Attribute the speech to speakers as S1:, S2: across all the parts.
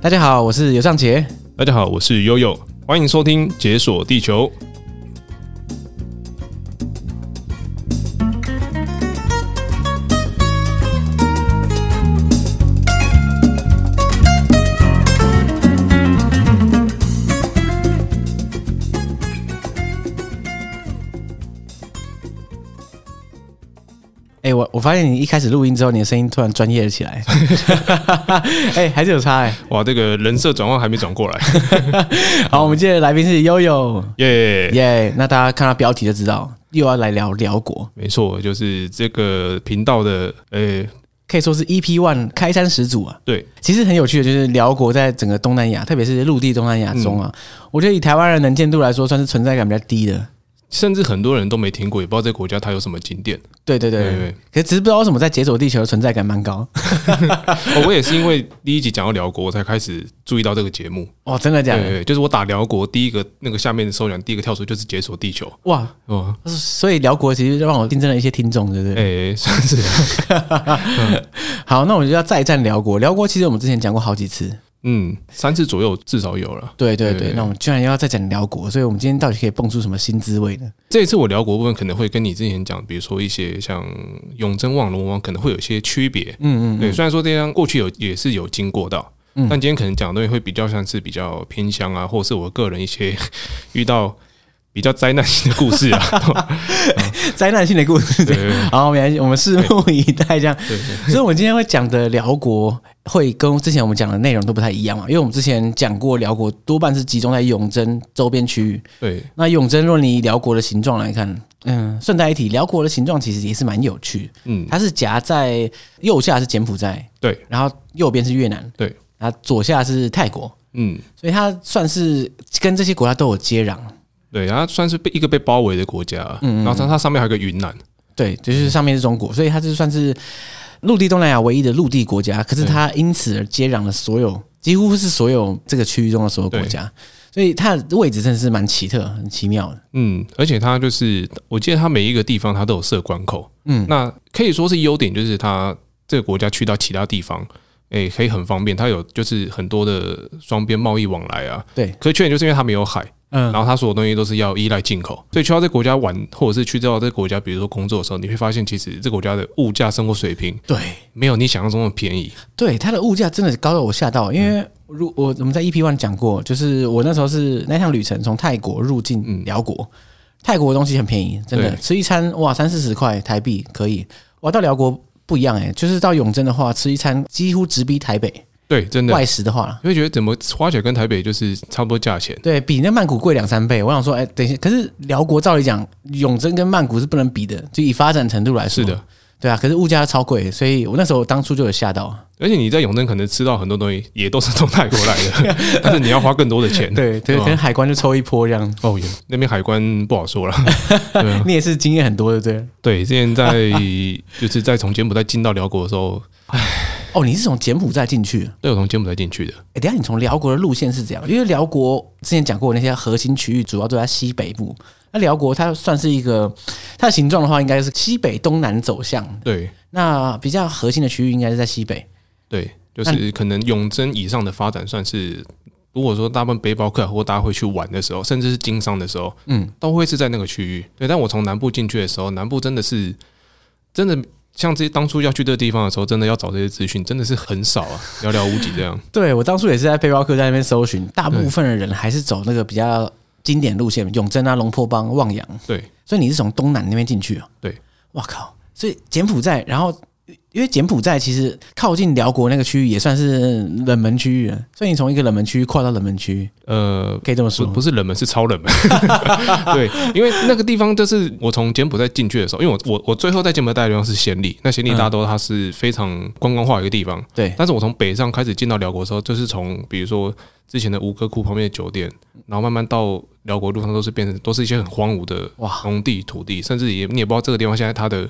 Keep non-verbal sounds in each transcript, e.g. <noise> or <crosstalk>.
S1: 大家好，我是尤尚杰。
S2: 大家好，我是悠悠，欢迎收听《解锁地球》。
S1: 哎、我我发现你一开始录音之后，你的声音突然专业了起来。 <laughs> 哎、还是有差哎、
S2: 哇，这个人设转换还没转过来，
S1: 好，我们今天的来宾是悠悠，
S2: 耶、
S1: 耶、那大家看到标题就知道，又要来聊辽国，
S2: 没错，就是这个频道的，呃、
S1: 可以说是 EP One 开山始祖啊。
S2: 对，
S1: 其实很有趣的就是，辽国在整个东南亚，特别是陆地东南亚中啊，
S2: 嗯
S1: 我觉得以台湾人能见度来说，算是存在感比较低的。
S2: 甚至很多人都没听过，也不知道这个国家它有什么景点。
S1: 对对对，
S2: 对对
S1: 可是只是不知道为什么在解锁地球的存在感蛮高
S2: 哦，我也是因为第一集讲到辽国，我才开始注意到这个节目。
S1: 哦，真的假
S2: 对
S1: 的？
S2: 对，就是我打辽国第一个那个下面的搜奖，第一个跳出就是《解锁地球》
S1: 哇，
S2: 哦，
S1: 所以辽国其实让我新增了一些听众，对不对？
S2: 哎、算是
S1: 好，那我们就要再战辽国。辽国其实我们之前讲过好几次，
S2: 嗯，三次左右至少有了。
S1: 对对对。
S2: 对
S1: 那我们居然要再讲辽国，所以我们今天到底可以蹦出什么新滋味呢？ <laughs>
S2: 这一次我辽国部分可能会跟你之前讲，比如说一些像永贞望、龙王，可能会有一些区别。
S1: 嗯嗯，
S2: 对，虽然说这样过去有也是有经过到，
S1: 嗯
S2: 但今天可能讲的东西会比较像是比较偏乡啊，或是我个人一些遇到比较灾难性的故事啊。
S1: <laughs> 灾难性的故事。
S2: 对对对
S1: 好，没关系，我们拭目以待。这样，
S2: 对对
S1: 所以我们今天会讲的辽国，会跟之前我们讲的内容都不太一样嘛，因为我们之前讲过辽国多半是集中在永贞周边区域。
S2: 对，
S1: 那永贞，若你辽国的形状来看，嗯，顺带一提，辽国的形状其实也是蛮有趣的。
S2: 嗯，
S1: 它是夹在右下是柬埔寨，
S2: 对，
S1: 然后右边是越南，
S2: 对，
S1: 然后左下是泰国，
S2: 嗯，
S1: 所以它算是跟这些国家都有接壤。
S2: 对，然后算是被一个被包围的国家啊，
S1: 嗯
S2: 然后它它上面还有个云南，
S1: 对，就是上面是中国，所以它就算是陆地东南亚唯一的陆地国家。可是它因此而接壤了所有，几乎是所有这个区域中的所有国家，所以它的位置真的是蛮奇特、很奇妙的。
S2: 嗯，而且它就是，我记得它每一个地方它都有设关口，
S1: 嗯
S2: 嗯，那可以说是优点，就是它这个国家去到其他地方，诶、可以很方便，它有就是很多的双边贸易往来啊。
S1: 对
S2: 可是缺点就是因为它没有海，
S1: 嗯
S2: 然后它所有东西都是要依赖进口，所以去到这个国家玩，或者是去到这个国家，比如说工作的时候，你会发现其实这个国家的物价、生活水平
S1: 对
S2: 没有你想象中的便宜。
S1: 对，它的物价真的是高到我吓到，因
S2: 嗯
S1: 为如我我们在 EP One 讲过，就是我那时候是那趟旅程从泰国入境辽国，泰国的东西很便宜，真的
S2: 对
S1: 吃一餐哇三四十块台币可以，哇到辽国。不一样哎、就是到永贞的话，吃一餐几乎直逼台北。
S2: 对，真的，
S1: 外食的话啦，
S2: 你会觉得怎么花起来跟台北就是差不多价钱。
S1: 对比那曼谷贵两三倍。我想说，哎、等一下，可是辽国照理讲，永贞跟曼谷是不能比的，就以发展程度来说。
S2: 是的，
S1: 对啊，可是物价超贵，所以我那时候当初就有吓到。
S2: 而且你在永贞可能吃到很多东西也都是从泰国来的，
S1: <laughs>
S2: 但是你要花更多的钱。
S1: 对对，
S2: 嗯
S1: 可能海关就抽一波这样。
S2: 哦，有那边海关不好说
S1: <laughs>
S2: 了。对啊
S1: 你也是经验很多，对不对？
S2: 对，之前在就是在从柬埔寨进到辽国的时候，
S1: 哦，你是从柬埔寨进去的？
S2: 都有从柬埔寨进去的。
S1: 哎，等一下你从辽国的路线是怎样？因为辽国之前讲过，那些核心区域主要都在西北部。那辽国它算是一个，它的形状的话，应该是西北东南走向。
S2: 对
S1: 那比较核心的区域应该是在西北。
S2: 对，就是可能永贞以上的发展算是，如果说大部分背包客或大家会去玩的时候，甚至是经商的时候，
S1: 嗯，
S2: 都会是在那个区域。对，但我从南部进去的时候，南部真的是真的。像这些当初要去这个地方的时候，真的要找这些资讯，真的是很少啊，寥寥无几这样。
S1: 对我当初也是在背包客在那边搜寻，大部分的人还是走那个比较经典路线，永贞啊、龙坡帮、望洋。
S2: 对，
S1: 所以你是从东南那边进去啊？
S2: 对，
S1: 哇靠！所以柬埔寨，然后因为柬埔寨其实靠近辽国那个区域也算是冷门区域了，所以你从一个冷门区域跨到冷门区域，
S2: 呃，
S1: 可以这么说
S2: 不。不是冷门，是超冷门。 <laughs> 对，因为那个地方就是我从柬埔寨进去的时候，因为我我我最后在柬埔寨待的地方是暹粒，那暹粒大家都它是非常观光化的一个地方。
S1: 对，
S2: 但是我从北上开始进到辽国的时候，就是从比如说之前的吴哥窟旁边的酒店，然后慢慢到辽国路上都是变成都是一些很荒芜的
S1: 哇
S2: 农地土地，甚至也你也不知道这个地方现在它的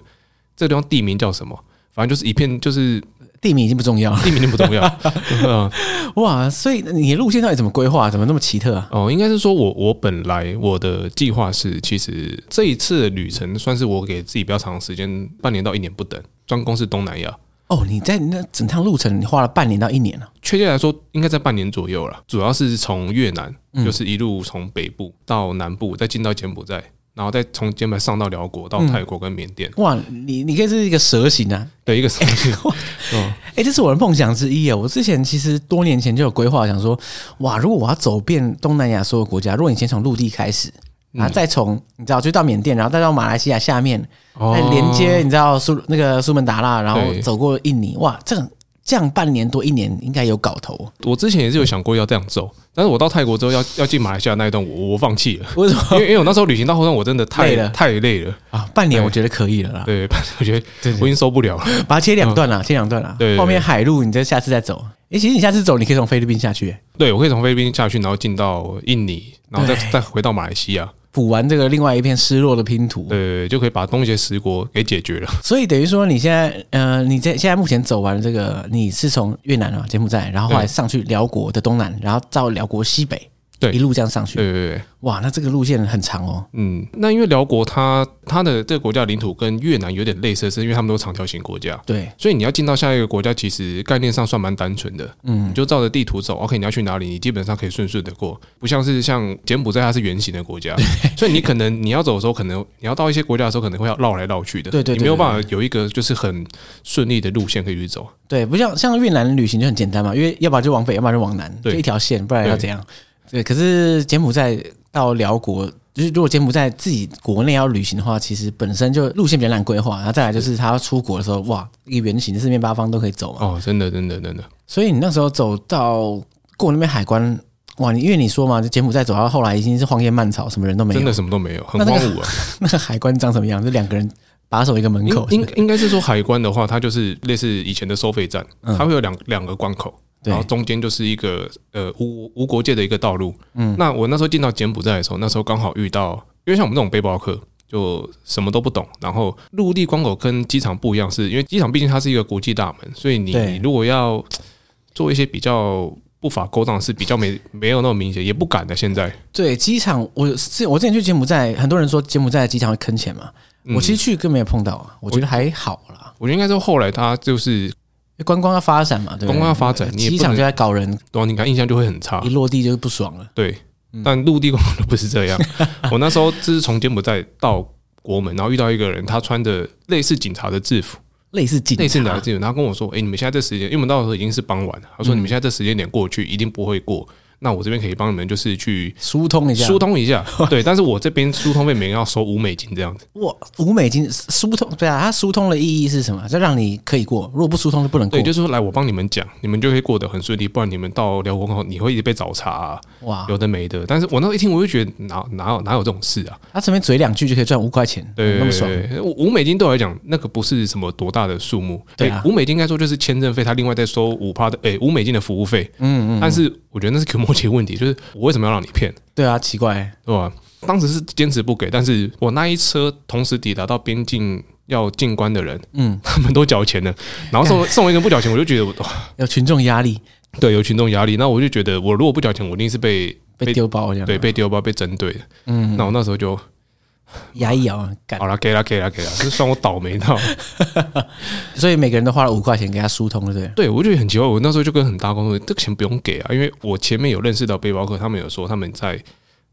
S2: 这个地方地名叫什么，反正就是一片就是
S1: 地名已经不重要了。
S2: 地名都不重要。嗯，
S1: 哇，所以你的路线到底怎么规划？怎么那么奇特啊？
S2: 哦，应该是说我我本来我的计划是，其实这一次的旅程算是我给自己比较长的时间，半年到一年不等，专攻是东南亚。
S1: 哦，你在那整趟路程你花了半年到一年了、啊
S2: 确切来说，应该在半年左右了。主要是从越南，
S1: 嗯
S2: 就是一路从北部到南部，再进到柬埔寨，然后再从柬埔寨上到辽
S1: 嗯
S2: 国，到泰国跟缅甸
S1: 哇，你你可以是一个蛇形啊！
S2: 的一个时
S1: <laughs>
S2: 间。 <laughs> 嗯，
S1: 哎、这是我的梦想之一啊！我之前其实多年前就有规划，想说，哇，如果我要走遍东南亚所有国家，如果你先从陆地开始，然后
S2: 嗯
S1: 再从、你知道，就到缅甸，然后再到马来西亚下面，再连接，你知道苏那个苏门答腊，然后
S2: 哦对
S1: 走过印尼，哇，这个这样半年多一年应该有搞头。 <laughs>
S2: 我之前也是有想过要这样走，但是我到泰国之后要要进马来西亚那一段，我我放弃了，
S1: 为什么
S2: 因为因为我那时候旅行到后段我真的太
S1: 累了
S2: 太累了，
S1: 啊？半年我觉得可以了啦，
S2: 对， <laughs> 我觉得我已经受不了了。
S1: 把它切两段啦，切两段啦。
S2: 嗯对对对
S1: 后面海路你再下次再走。哎、其实你下次走，你可以从菲律宾下去、
S2: 对，我可以从菲律宾下去，然后进到印尼，然后再
S1: 对
S2: 再回到马来西亚，
S1: 补完这个另外一片失落的拼图。
S2: 对，就可以把东协十国给解决了。
S1: 所以等于说，你现在呃，你在现在目前走完这个，你是从越南啊、柬埔寨，然后后来上去辽国的东南，然后到辽国西北，
S2: 对
S1: 一路这样上去。
S2: 对对对，
S1: 哇，那这个路线很长哦。
S2: 嗯，那因为辽国它它的这个国家领土跟越南有点类似，是因为他们都是长条形国家，
S1: 对，
S2: 所以你要进到下一个国家，其实概念上算蛮单纯的。嗯，你就照着地图走，OK，你要去哪里，你基本上可以顺顺的过，不像是像柬埔寨它是圆形的国家，所以你可能你要走的时候，可能你要到一些国家的时候，可能会要绕来绕去的，
S1: 对对对
S2: 你没有办法有一个就是很顺利的路线可以去走。
S1: 对，不像像越南旅行就很简单嘛，因为要不然就往北，要不然就往南，就
S2: 对
S1: 一条线，不然
S2: 对
S1: 要怎样？对，可是柬埔寨到辽国。就是如果柬埔寨自己国内要旅行的话，其实本身就路线比较难规划，然后再来就是他要出国的时候，哇，一个圆形四面八方都可以走嘛。
S2: 哦，真的，真的，真的，
S1: 所以你那时候走到过那边海关，哇！你因为你说嘛，柬埔寨走到后来已经是荒烟蔓草，什么人都没
S2: 真
S1: 有
S2: 的。什么都没有，很
S1: 那这
S2: 荒
S1: 个
S2: 芜啊。
S1: <laughs> 那个海关长什么样？就两个人把守一个门口
S2: 应，
S1: <laughs>
S2: 应应该是说海关的话，它就是类似以前的收费站，
S1: 嗯
S2: 它会有两两个关口。
S1: 对
S2: 然后中间就是一个呃无无国界的一个道路。嗯，那我那时候进到柬埔寨的时候，那时候刚好遇到，因为像我们这种背包客，就什么都不懂。然后陆地关口跟机场不一样是，因为机场毕竟它是一个国际大门，所以你
S1: 对
S2: 你如果要做一些比较不法勾当是比较没没有那么明显，也不敢的。现在
S1: 对，机场我是我之前去柬埔寨，很多人说柬埔寨的机场会坑钱嘛，我其实去根本没有碰到啊，我觉得还好啦。
S2: 我觉得应该是后来它就是，
S1: 因为观光要发展嘛，对不对？
S2: 观光要发展你也不
S1: 机场
S2: 能
S1: 就在搞人，
S2: 然啊后你看印象就会很差
S1: 一。落地就不爽了。
S2: 对，
S1: 嗯
S2: 但陆地公路不是这样。 <laughs> 我那时候就是从柬埔寨到国门，然后遇到一个人，他穿着类似警察的制服，
S1: 类似警察，
S2: 类似警察的制服，然后跟我说：“哎、你们现在这时间，因为我们到的时候已经是傍晚了，他
S1: 嗯
S2: 说你们现在这时间点过去一定不会过，那我这边可以帮你们就是去
S1: 疏通一下，
S2: 疏通
S1: <laughs>
S2: 一下，对，但是我这边疏通费每个人要收五美金这样子。”
S1: 哇，五美金疏通，对啊，它疏通的意义是什么？就让你可以过，如果不疏通就不能过
S2: 对，。就是说来我帮你们讲，你们就会过得很顺利，不然你们到辽国后你会一直被找茬啊、
S1: 哇，
S2: 有的没的。但是我那时候一听，我就觉得哪哪有哪有这种事啊？
S1: 他随便嘴两句就可以赚五块钱，
S2: 对，
S1: 那么爽。
S2: 对对五五美金对我来讲，那个不是什么多大的数目。
S1: 对啊
S2: 诶五美金应该说就是签证费，他另外再收五趴的，诶、五美金的服务费。嗯嗯但是我觉得那是 Q 的问题，就是我为什么要让你骗，
S1: 对啊，奇怪，
S2: 对吧？当时是坚持不给，但是我那一车同时抵达到边境要进关的人，嗯，他们都缴钱了，然后送送我一个人不缴钱，我就觉得我哇
S1: 有群众压力，
S2: 对有群众压力，那我就觉得我如果不缴钱，我一定是被
S1: 被丢包这样，
S2: 对被丢包被针对的。嗯，那我那时候就
S1: 牙一咬啊，干。
S2: 好了，给了给了给了，就算我倒霉到。
S1: 所以每个人都花了五块钱给他疏通，对不对？
S2: 对，我就觉得很奇怪，我那时候就跟很大公司，这个钱不用给啊，因为我前面有认识到背包客，他们有说他们在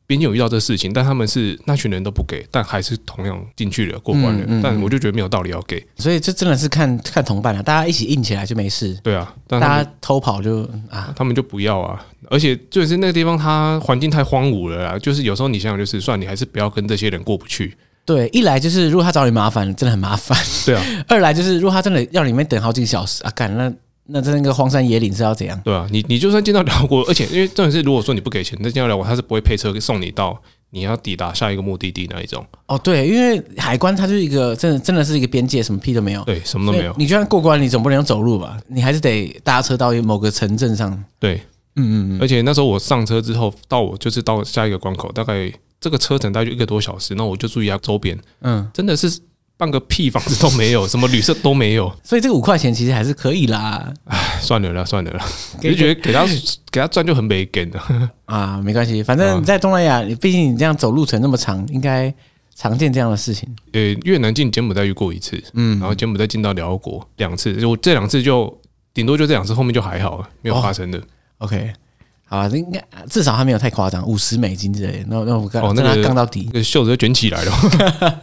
S2: 边境有遇到这事情，但他们是那群人都不给，但还是同样进去了过关了，
S1: 嗯嗯嗯
S2: 但我就觉得没有道理要给，
S1: 所以这真的是看看同伴了、啊大家一起硬起来就没事，
S2: 对啊，但他
S1: 大
S2: 们
S1: 家偷跑就啊，
S2: 他们就不要啊，而且就是那个地方它环境太荒芜了啦，啊就是有时候你想想，就是算你还是不要跟这些人过不去，
S1: 对，一来就是如果他找你麻烦，真的很麻烦； <laughs>
S2: 对啊，
S1: 二来就是如果他真的要你们等好几个小时啊，干那那在那个荒山野岭是要怎样？
S2: 对啊，你你就算进到辽国，而且因为重点是，如果说你不给钱，那进到辽国他是不会配车送你到你要抵达下一个目的地那一种，
S1: 哦，对，因为海关它就是一个真的真的是一个边界，什么屁都没有。
S2: 对，什么都没有
S1: 所以，你就算过关，你总不能用走路吧？你还是得搭车到某个城镇上。
S2: 对，
S1: 嗯嗯嗯，
S2: 而且那时候我上车之后，到我就是到下一个关口，大概这个车程大概就一个多小时，那我就注意一下周边，
S1: 嗯，
S2: 真的是半个屁房子都没有，什么旅社都
S1: <laughs>
S2: 没有，
S1: 所以这个五块钱其实还是可以啦。
S2: 算了啦，算了啦，我
S1: 给
S2: 就觉得给他给他赚就很没梗了。哦
S1: 啊，没关系，反正在东南亚，你毕竟你这样走路程那么长，应该常见这样的事情。
S2: 呃，越南进柬埔寨遇过一次，嗯，然后柬埔寨进到辽国两次，就这两次就顶多就这两次，后面就还好了，没
S1: 哦
S2: 有发生的。
S1: OK，好啊，应该至少他没有太夸张，五十美金之类的。那那我刚
S2: 哦
S1: 让
S2: 那个
S1: 他杠到底
S2: 那。个袖子就卷起来了。 <laughs>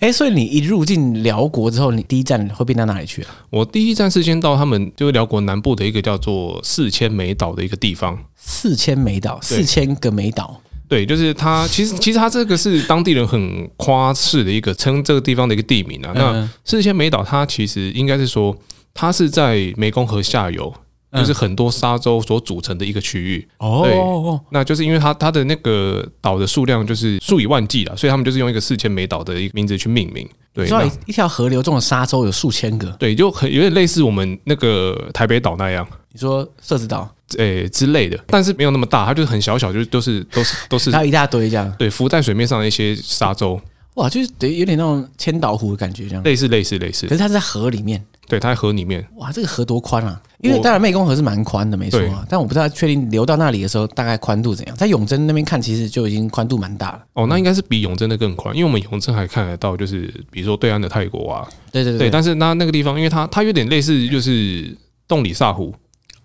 S1: 哎、所以你一入境辽国之后，你第一站会变到哪里去啊？
S2: 我第一站是先到他们就是辽国南部的一个叫做四千美岛的一个地方，
S1: 四千美岛，四千个美岛。
S2: 对，就是它其实其实它这个是当地人很夸饰的一个称这个地方的一个地名啊。那
S1: 嗯
S2: 四千美岛它其实应该是说它是在湄公河下游，
S1: 嗯
S2: 就是很多沙洲所组成的一个区域。对
S1: 哦，
S2: 那就是因为它它的那个岛的数量就是数以万计了，所以他们就是用一个四千美岛的一个名字去命名。对，
S1: 所以
S2: 那
S1: 一条河流中的沙洲有数千个。
S2: 对就很有点类似我们那个台北岛那样。
S1: 你说社子岛，
S2: 诶、之类的，但是没有那么大，它就是很小小，就是都是都是都是
S1: 它有一大堆这样，
S2: 对浮在水面上的一些沙洲，
S1: 哇，就是等于有点那种千岛湖的感觉这样。
S2: 类似类似类似
S1: 可，是它是在河里面，
S2: 对，它在河里面，
S1: 哇，这个河多宽啊！因为
S2: 我
S1: 当然湄公河是蛮宽的，没错啊，但我不知道确定流到那里的时候大概宽度怎样。在永贞那边看，其实就已经宽度蛮大了。
S2: 哦，那应该是比永贞的更宽，因为我们永贞还看得到，就是比如说对岸的泰国啊，
S1: 对对
S2: 对，
S1: 对，
S2: 但是那那个地方，因为它它有点类似就是洞里萨湖，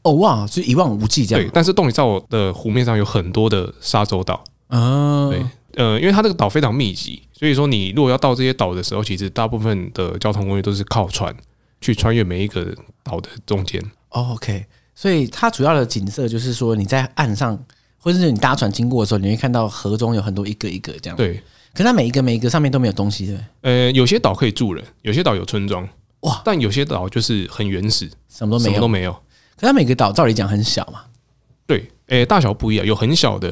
S1: 哦哇，就一望无际这
S2: 对
S1: 样。，
S2: 但是洞里萨湖的湖面上有很多的沙洲岛，
S1: 嗯，
S2: 对，呃，因为它这个岛非常密集，所以说你如果要到这些岛的时候，其实大部分的交通工具都是靠船去穿越每一个岛的中间。
S1: 哦 OK，所以它主要的景色就是说你在岸上，或者是你搭船经过的时候，你会看到河中有很多一个一个这样。，
S2: 对，
S1: 可是它每一个每一个上面都没有东西，对不对？
S2: 呃，有些岛可以住人，有些岛有村庄，
S1: 哇，
S2: 但有些岛就是很原始，
S1: 什么都
S2: 什
S1: 没
S2: 么
S1: 有。
S2: 都没有。
S1: 可它每个岛照理讲很小嘛，
S2: 对，诶、大小不一啊样，有很小的，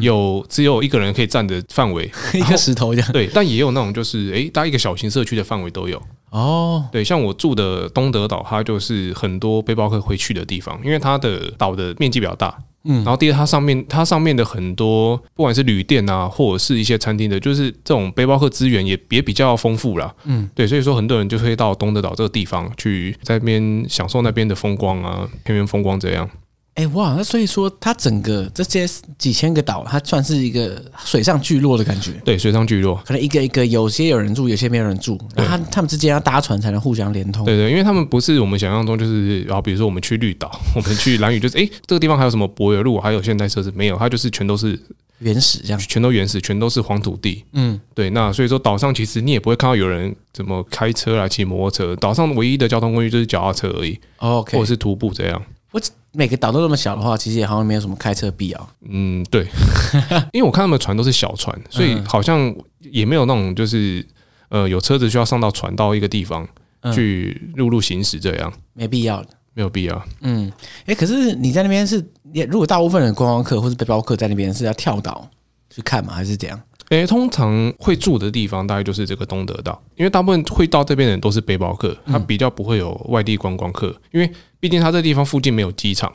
S2: 有只有一个人可以站的范围， <laughs>
S1: 一个石头这样。
S2: 对，但也有那种就是诶、大概一个小型社区的范围都有。
S1: 哦，
S2: 对，像我住的东德岛，它就是很多背包客会去的地方，因为它的岛的面积比较大。嗯，然后第二，它上面它上面的很多，不管是旅店啊，或者是一些餐厅的，就是这种背包客资源也也比较丰富啦。嗯，对，所以说很多人就会到东德岛这个地方去，在那边享受那边的风光啊，偏远风光这样。
S1: 哎、哇，那所以说它整个这些几千个岛，它算是一个水上聚落的感觉。
S2: 对，水上聚落。
S1: 可能一个一个，有些有人住，有些没有人住，然后他他们之间要搭船才能互相连通。
S2: 对对，因为他们不是我们想象中，就是然后比如说我们去绿岛， <laughs> 我们去蓝屿，就是诶，这个地方还有什么柏油路，还有现代设施没有？它就是全都是
S1: 原始这样，
S2: 全都原始，全都是黄土地。嗯，对。那所以说岛上其实你也不会看到有人怎么开车啊、骑摩托车。岛上唯一的交通工具就是脚踏车而已，或
S1: OK，
S2: 者是徒步这样。
S1: 我每个岛都那么小的话，其实也好像没有什么开车必要。
S2: 嗯，对。 <laughs> 因为我看他们船都是小船，所以好像也没有那种就是呃有车子需要上到船到一个地方
S1: 嗯
S2: 去陆路行驶这样，
S1: 没必要的，
S2: 没有必要。
S1: 嗯，哎、可是你在那边是，也如果大部分的观光客或是背包客在那边是要跳岛去看吗？还是怎样？
S2: 诶、通常会住的地方大概就是这个东德岛，因为大部分会到这边的人都是背包客，他比较不会有外地观光客，因为毕竟他这地方附近没有机场，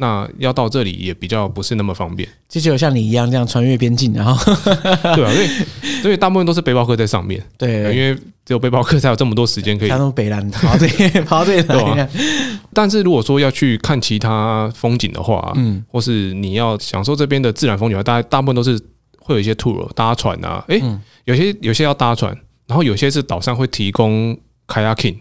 S2: 那要到这里也比较不是那么方便，
S1: 就只有像你一样这样穿越边境，然后 <laughs>
S2: 对啊，所以所以大部分都是背包客在上面，因
S1: 对，
S2: 为只有背包客才有这么多时间可以
S1: <laughs> 他。从北兰跑到这 <laughs> 跑到这里来
S2: 对啊
S1: 看，
S2: 但是如果说要去看其他风景的话，嗯，或是你要享受这边的自然风景的话，大大部分都是会有一些 tour 搭船啊，诶、有些有些要搭船，然后有些是岛上会提供 kayaking。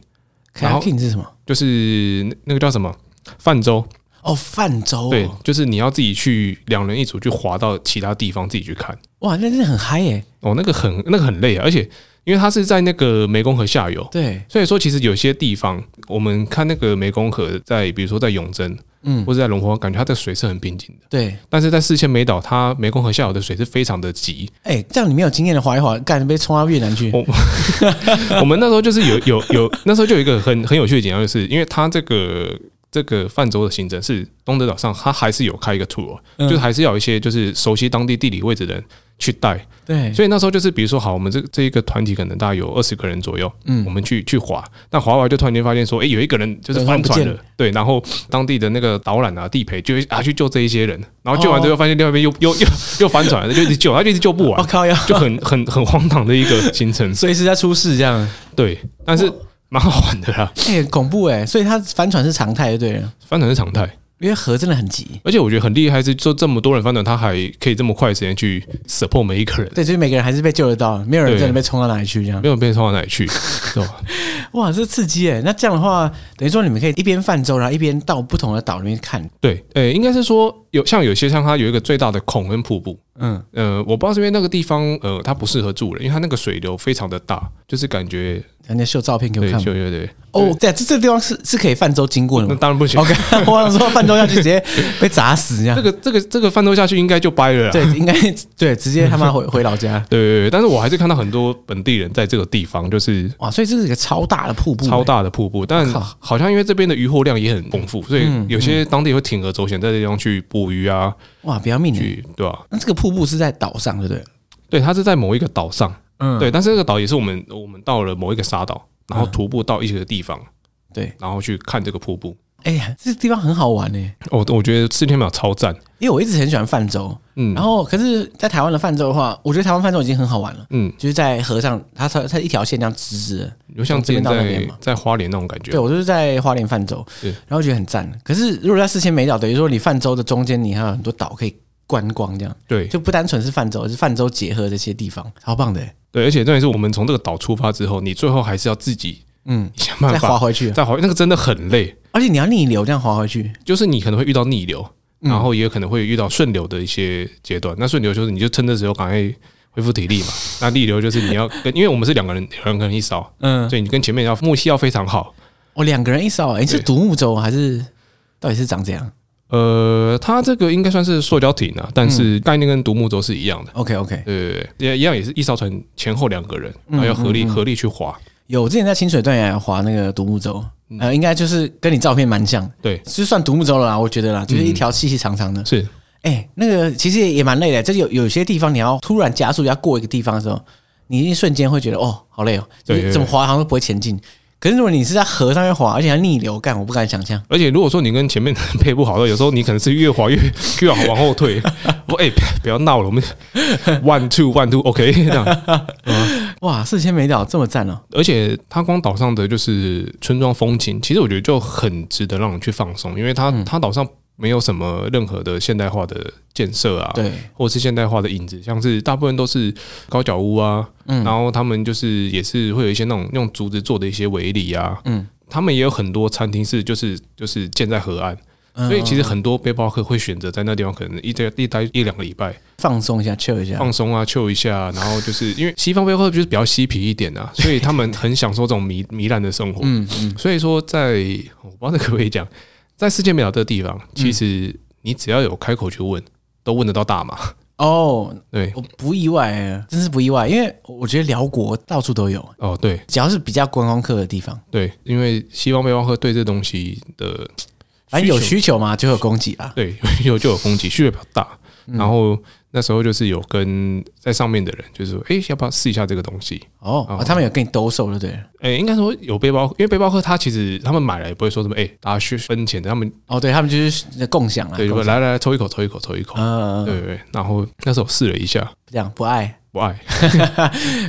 S2: 然后
S1: kayaking 是什么？
S2: 就是那那个叫什么泛舟，
S1: 哦，泛舟、
S2: 对
S1: 哦，，
S2: 就是你要自己去两人一组去划到其他地方自己去看。
S1: 哇，那真的很嗨耶、
S2: 哦，那个很那个很累啊，而且因为它是在那个湄公河下游，
S1: 对，
S2: 所以说其实有些地方我们看那个湄公河在，比如说在永贞，嗯，或者在龙坡，感觉它的水是很平静的，
S1: 对，
S2: 但是在四千美岛，它湄公河下游的水是非常的急。
S1: 哎、这样你没有经验的划一划，干被冲到越南去。
S2: 我 <laughs> 我们那时候就是有有有，那时候就有一个很很有趣的景象，就是因为它这个这个泛舟的行程是东德岛上，它还是有开一个 tour，、就是还是要有一些就是熟悉当地地理位置的人去带。
S1: 对，
S2: 所以那时候就是比如说，好，我们这这一个团体可能大概有二十个人左右，嗯，我们去去划，但划完就突然间发现说，哎诶，有一个人就是翻
S1: 对他不
S2: 船
S1: 见
S2: 了，对，然后当地的那个导览啊、地陪就会啊去救这一些人，然后救完之后发现另外一边又又又又翻船了，就一直救，他就一直救不 <laughs>
S1: 我、
S2: 完。
S1: 靠要， <laughs>
S2: 就很很很荒唐的一个行程，
S1: 随时在出事这样，
S2: 对，但是蛮好玩的啦，
S1: 哎、恐怖哎、所以它帆船是常态就对了。
S2: 帆船是常态。
S1: 因为河真的很急。
S2: 而且我觉得很厉害是，说这么多人翻转，他还可以这么快的时间去 support 每一个人，
S1: 对，就是每个人还是被救得到，没有人
S2: 对
S1: 真的被冲到哪里去这样。
S2: 没有被冲到哪
S1: <laughs>
S2: 里去，对吧？
S1: 哇，这刺激哎！那这样的话，等于说你们可以一边泛舟，然后一边到不同的岛里面看。
S2: 对，呃、应该是说有像有些像它有一个最大的孔跟瀑布，
S1: 嗯，
S2: 呃，我不知道是因为那个地方呃它不适合住人，因为它那个水流非常的大，就是感觉
S1: 人家秀照片给我
S2: 对
S1: 看
S2: 对
S1: 吗。
S2: 对对，
S1: 哦，对，这这地方是是可以泛舟经过的
S2: 那
S1: 吗
S2: 当然不行。
S1: ？OK，我
S2: <laughs>
S1: 想说泛舟下去直接被砸死这样
S2: 这。个这个这个翻舟下去应该就掰了
S1: <laughs>
S2: 啦。
S1: 对，应该对，直接他妈回回老
S2: <laughs>
S1: 家。
S2: 对对对，但是我还是看到很多本地人在这个地方，就是
S1: 哇，所以这是一个超大的瀑布，
S2: 超。大的瀑布，但
S1: 靠嗯
S2: 好像因为这边的渔获量也很丰富，所以有些当地会铤而走险，在这地方去捕鱼啊，
S1: 欸哇，不要命的。
S2: 去对吧、
S1: 那这个瀑布是在岛上，对不对？
S2: 对，它是在某一个岛上，
S1: 嗯
S2: 对，但是这个岛也是我们我们到了某一个沙岛，然后徒步到一些地方，
S1: 对。
S2: 然后去看这个瀑布。
S1: 哎呀，这地方很好玩呢、
S2: 我、我觉得四天秒超赞，
S1: 因为我一直很喜欢泛舟。
S2: 嗯，
S1: 然后，可是，在台湾的泛舟的话，我觉得台湾泛舟已经很好玩了，
S2: 嗯，
S1: 就是在河上，它它它一条线这样直直的。
S2: 就像之
S1: 从这
S2: 前
S1: 边到那边
S2: 在
S1: 嘛
S2: 在花莲那种感觉
S1: 对，我就是在花莲泛舟，
S2: 对
S1: 然后觉得很赞。可是如果在四千美岛，等于说你泛舟的中间，你还有很多岛可以观光，这样
S2: 对
S1: 就不单纯是泛舟，而是泛舟结合这些地方，超棒的欸。
S2: 对，而且重点是我们从这个岛出发之后，你最后还是要自己
S1: 嗯，
S2: 想
S1: 再
S2: 办
S1: 划
S2: 法
S1: 回去，
S2: 再滑，那个真的很累，
S1: 而且你要逆流这样划回去，
S2: 就是你可能会遇到逆流，然后也有可能会遇到顺流的一些阶段。那顺流就是你就趁这时候赶快恢复体力嘛。那逆流就是你要跟，因为我们是两个人，两个人一艘，
S1: 嗯，
S2: 所以你跟前面要默契要非常好。
S1: 我两个人一艘，哎、是
S2: 对
S1: 独木舟还是到底是长怎样
S2: 呃，它这个应该算是塑胶艇啊，但是概念跟独木舟是一样的。
S1: ？OK OK，
S2: 对对对，也一样也是一艘船前后两个人，然后要合力合力去划。
S1: 有我之前在清水断崖划那个独木舟，
S2: 嗯
S1: 呃，应该就是跟你照片蛮像，
S2: 对，
S1: 就算独木舟了啦，我觉得啦，就是
S2: 嗯
S1: 一条细细长长的，
S2: 是
S1: 哎、那个其实也也蛮累的，就是有有些地方你要突然加速要过一个地方的时候，你一瞬间会觉得哦好累哦，就
S2: 对
S1: 是怎么滑好像都不会前进。可是如果你是在河上面滑，而且还逆流，干我不敢想象。
S2: 而且如果说你跟前面 <laughs> 的人配不好的，有时候你可能是越滑越 <laughs> 越往往后退。我哎、不不要闹了，我们 one two one two，OK、这样。
S1: 哇，四千美岛这么赞哦！
S2: 而且它光岛上的就是村庄风情，其实我觉得就很值得让你去放松，因为
S1: 嗯
S2: 它、它岛上没有什么任何的现代化的建设啊，
S1: 对，
S2: 或是现代化的影子，像是大部分都是高脚屋啊，
S1: 嗯
S2: 然后他们就是也是会有一些那种用竹子做的一些围篱啊，
S1: 嗯
S2: 他们也有很多餐厅是就是就是建在河岸，
S1: 嗯
S2: 所以其实很多背包客会选择在那地方可能一待一待一两个礼拜，
S1: 嗯放松一下，chill 一下。
S2: 放松啊，chill 一下，然后就是因为西方背包客就是比较嬉皮一点啊，所以他们很享受这种糜 <laughs> 糜烂的生活。
S1: 嗯嗯，
S2: 所以说在，我不知道那可不可以讲，在世界美岛这个地方，其实你只要有开口去问，都问得到大麻。 <laughs>
S1: 哦，
S2: 对，
S1: 我不意外欸，真是不意外，因为我觉得辽国到处都有，
S2: 哦，对
S1: 只要是比较观光客的地方，
S2: 对，因为西方背包客对这东西的 <laughs>
S1: 反正有需求嘛，就会有供给啦。
S2: 对有就有供给，需求比较大。
S1: 嗯
S2: 然后那时候就是有跟在上面的人，就是说，哎，要不要试一下这个东西？
S1: 哦，啊他们有跟你兜售，对不对了？
S2: 哎，应该说有背包，因为背包客他其实他们买了也不会说什么，哎，大家去分钱的，他们
S1: 哦，对他们就是共享啦。
S2: 啊对，
S1: 共
S2: 来
S1: 享
S2: 来来，抽一口，抽一口，抽一口。
S1: 嗯，
S2: 对对对，然后那时候试了一下，
S1: 这样不爱。
S2: 不爱。 <laughs>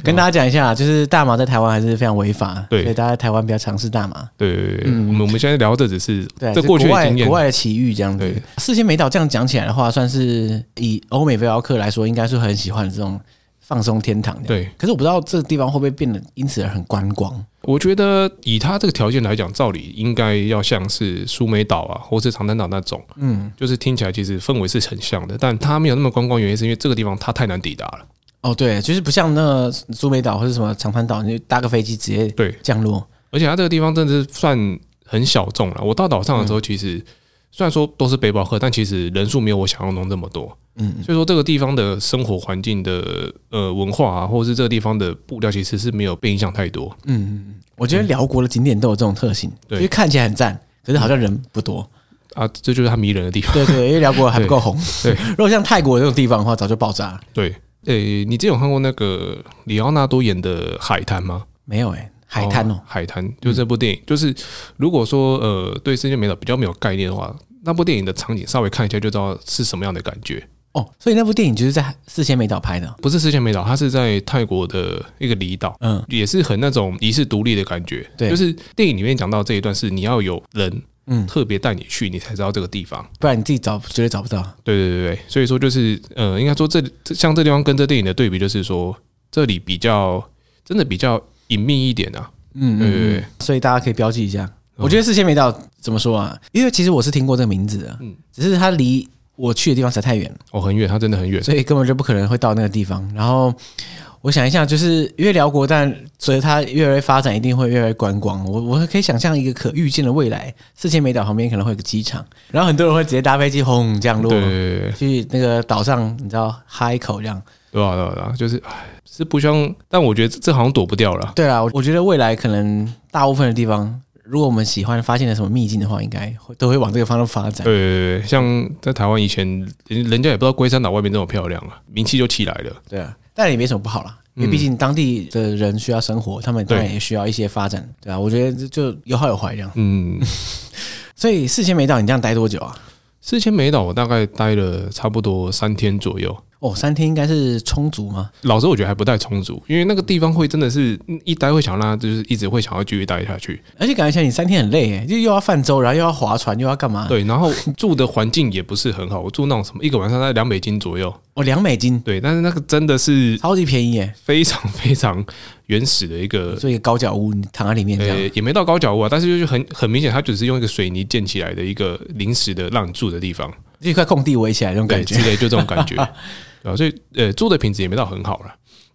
S1: 跟大家讲一下，就是大麻在台湾还是非常违法，
S2: 嗯对
S1: 所以大家在台湾不要尝试大麻。
S2: 对对对，对我们我们现在聊的只是
S1: 嗯对，
S2: 这
S1: 是
S2: 过去
S1: 国
S2: 的
S1: 外
S2: 经验
S1: 国。外的奇遇这样子
S2: 对。
S1: 四千美岛这样讲起来的话，算是以欧美背包客来说，应该是很喜欢这种放松天堂的。
S2: 对，
S1: 可是我不知道这个地方会不会变得因此而很观光。
S2: 我觉得以他这个条件来讲，照理应该要像是苏梅岛啊，或是长滩岛那种，
S1: 嗯，
S2: 就是听起来其实氛围是很像的，但它没有那么观光，原因是因为这个地方它太难抵达了。
S1: 哦，对，就是不像那个苏梅岛或者什么长滩岛，你就搭个飞机直接
S2: 对，
S1: 降落。
S2: 而且它这个地方真的是算很小众了。我到岛上的时
S1: 嗯
S2: 候，其实虽然说都是背包客，但其实人数没有我想象中这么多。
S1: 嗯，
S2: 所以说这个地方的生活环境的呃文化啊，或者是这个地方的步调，其实是没有被影响太多。
S1: 我觉得辽国的景点都有这种特性，
S2: 嗯对
S1: 就是看起来很赞，可是好像人不多。
S2: 啊，这就是它迷人的地方。
S1: 对对，因为辽国还不够红。
S2: 对，
S1: <laughs> 如果像泰国这种地方的话，早就爆炸了。
S2: 对，诶、你之前有看过那个里奥纳多演的《海滩》吗？
S1: 没有哎、海滩哦，嗯
S2: 海滩就是这部电影。就是如果说呃对世界美岛比较没有概念的话，那部电影的场景稍微看一下就知道是什么样的感觉。
S1: 哦，所以那部电影就是在四千美岛拍的。
S2: 不是世界美岛，它是在泰国的一个离岛，
S1: 嗯
S2: 也是很那种遗世独立的感觉。
S1: 对
S2: 就是电影里面讲到这一段是你要有人嗯，特别带你去，你才知道这个地方。
S1: 不然你自己找绝对找不到。
S2: 对对对对，所以说就是呃，应该说这这像这地方跟这电影的对比，就是说这里比较真的比较隐秘一点啊。
S1: 嗯
S2: 对对对
S1: 嗯，所以大家可以标记一下。我觉得事先没到怎么说啊？因为其实我是听过这个名字的，
S2: 嗯
S1: 只是它离我去的地方实在太远了，
S2: 哦，很远，它真的很远。
S1: 所以根本就不可能会到那个地方。然后我想一下，就是因为辽国，但随着它越来越发展，一定会越来越观光。我我可以想象一个可预见的未来，四千美岛旁边可能会有个机场，然后很多人会直接搭飞机轰降落
S2: 对对，对对
S1: 去那个岛上，你知道嗨一口这样。
S2: 对啊对啊对啊，就是唉是不希望，但我觉得这这好像躲不掉了。
S1: 对啊，我我觉得未来可能大部分的地方，如果我们喜欢发现了什么秘境的话，应该会都会往这个方向发展。
S2: 对对对对，像在台湾以前，人人家也不知道龟山岛外面这么漂亮啊，名气就起来了。
S1: 对啊，但也没什么不好啦，因为毕竟当地的人需要生活，他们当然也需要一些发展，对啊，我觉得这就有好有坏这样。
S2: 嗯，
S1: 所以四千美岛，你这样待多久啊？
S2: 四千美岛我大概待了差不多三天左右。
S1: 哦，三天应该是充足吗？
S2: 老实我觉得还不太充足，因为那个地方会真的是一待会想让他就是一直会想要继续待下去。
S1: 而且感觉像你三天很累诶，就又要泛舟，然后又要划船，又要干嘛？
S2: 对，然后住的环境也不是很好，我住那种什么一个晚上在两美金左右。
S1: 哦，两美金，
S2: 对，但是那个真的是
S1: 超级便宜耶！
S2: 非常非常原始的一个
S1: 做一个高脚屋，你躺在里面这
S2: 呃、
S1: 样。
S2: 也没到高脚屋啊，但是就是很很明显，它只是用一个水泥建起来的一个临时的让你住的地方，
S1: 就一块空地围起来那种
S2: 对
S1: 感
S2: 之
S1: 觉，
S2: 类，就这
S1: <laughs>
S2: 种感觉，对啊？所以呃，住的品质也没到很好了。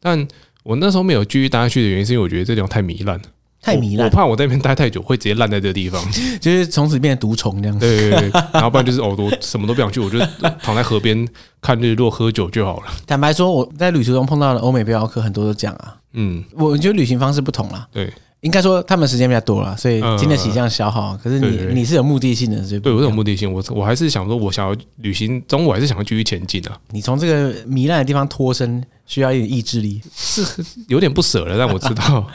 S2: 但我那时候没有继续待下去的原因，是因为我觉得这地方太糜烂，
S1: 太糜
S2: 我我
S1: 烂，
S2: 怕我在那边待太久会直接烂在这个地方。
S1: <laughs> 就是从此变成毒虫这样。
S2: 对对对，对然后不然就是哦，我什么都不想去，我就躺在河边看日落、喝酒就好了。
S1: 坦白说，我在旅途中碰到的欧美背包客很多都这样啊。
S2: 嗯，
S1: 我觉得旅行方式不同啦，
S2: 对
S1: 应该说他们时间比较多啦，所以
S2: 嗯
S1: 经得起这样消耗。啊可是
S2: 对
S1: 你
S2: 对对
S1: 你是有目的性的，所以
S2: 对，我有目的性，我我还是想说，我想要旅行中，我还是想要继续前进啊，
S1: 你从这个糜烂的地方脱身，需要一点意志力。
S2: 有点不舍了，但我知
S1: <laughs>
S2: 道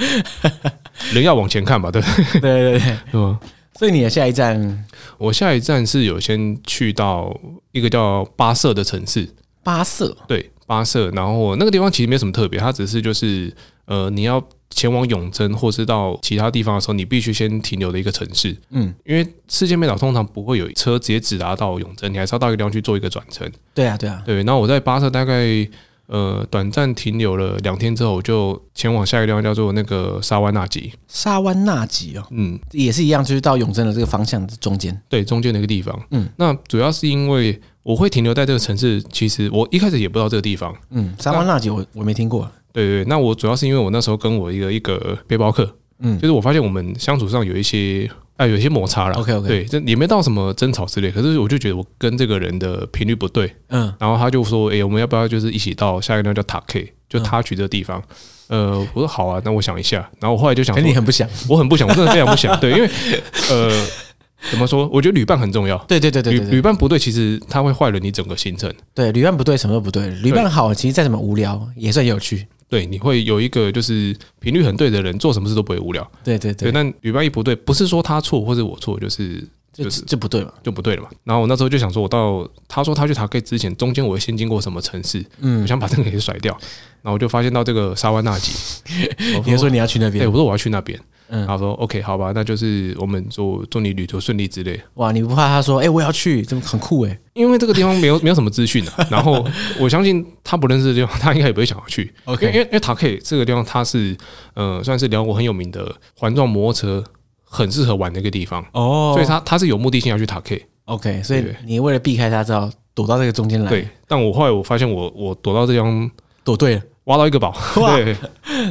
S2: 人要往前看吧，对 <laughs> <laughs> 不
S1: 对
S2: 对？
S1: 对对，
S2: 对吗？
S1: <laughs> 所以你的下一站
S2: 我下一站是有先去到一个叫巴舍的城市，
S1: 巴色
S2: 对巴舍，然后那个地方其实没什么特别，它只是就是呃，你要前往永贞或是到其他地方的时候，你必须先停留的一个城市。
S1: 嗯，
S2: 因为世界美岛通常不会有车直接直达到永贞，你还是要到一个地方去做一个转乘。
S1: 对啊对啊，
S2: 对，然后我在巴舍大概呃短暂停留了两天之后，我就前往下一个地方叫做那个沙湾纳吉。
S1: 沙湾纳吉哦，
S2: 嗯，
S1: 也是一样，就是到永贞的这个方向的中间。
S2: 对中间的一个地方。
S1: 嗯
S2: 嗯，那主要是因为我会停留在这个城市，其实我一开始也不知道这个地方。
S1: 嗯，沙湾纳吉我我没听过。
S2: 对对，对那我主要是因为我那时候跟我一个一个背包客，
S1: 嗯
S2: 就是我发现我们相处上有一些啊、有一些摩擦了。
S1: ，OK OK，
S2: 对，这也没到什么争吵之类，可是我就觉得我跟这个人的频率不对，
S1: 嗯，
S2: 然后他就说：“诶，我们要不要就是一起到下一个地方叫塔 K，就他去这个地方？”呃，我说好啊，那我想一下。然后我后来就想
S1: 可
S2: 说，
S1: 嗯哎你很不想。
S2: 我很不想，我真的非常不想。对，因为呃，怎么说？我觉得旅伴很重要。
S1: 对对对对
S2: 旅
S1: 对
S2: 旅
S1: 对，
S2: 伴不对，其实它会坏了你整个行程。
S1: 对旅伴不对，什么都不对。旅伴好，其实再怎么无聊也算有趣。
S2: 对，你会有一个就是频率很对的人，做什么事都不会无聊。
S1: 对对
S2: 对，
S1: 对，
S2: 但旅伴一不对，不是说他错或者我错，就是
S1: 就
S2: 就是
S1: 就不对嘛。
S2: 就不对了嘛。然后我那时候就想说，我到他说他去塔 K 之前，中间我会先经过什么城市，
S1: 嗯
S2: 我想把这个给甩掉。然后我就发现到这个沙湾纳吉，我
S1: 你就说你要去那
S2: 对、
S1: 边，
S2: 我说我要去那边。
S1: 嗯
S2: 他说 OK，好吧，那就是我们祝祝你旅途顺利之类。
S1: 哇，你不怕他说，哎、我要去，这么很酷哎、
S2: 因为这个地方没有没有什么资讯
S1: <laughs>
S2: 的，然后我相信他不认识的地方，他应该也不会想要去。
S1: OK
S2: 因为因为因为塔 K 这个地方，它是呃算是辽国很有名的环状摩托车，很适合玩的一个地方，
S1: 哦
S2: 所以他他是有目的性要去塔 K。
S1: OK，所以
S2: 对
S1: 你为了避开他，只好躲到这个中间来，
S2: 对，但我后来我发现我我躲到这地方
S1: 躲对了。
S2: 挖到一个宝，
S1: 哇
S2: 对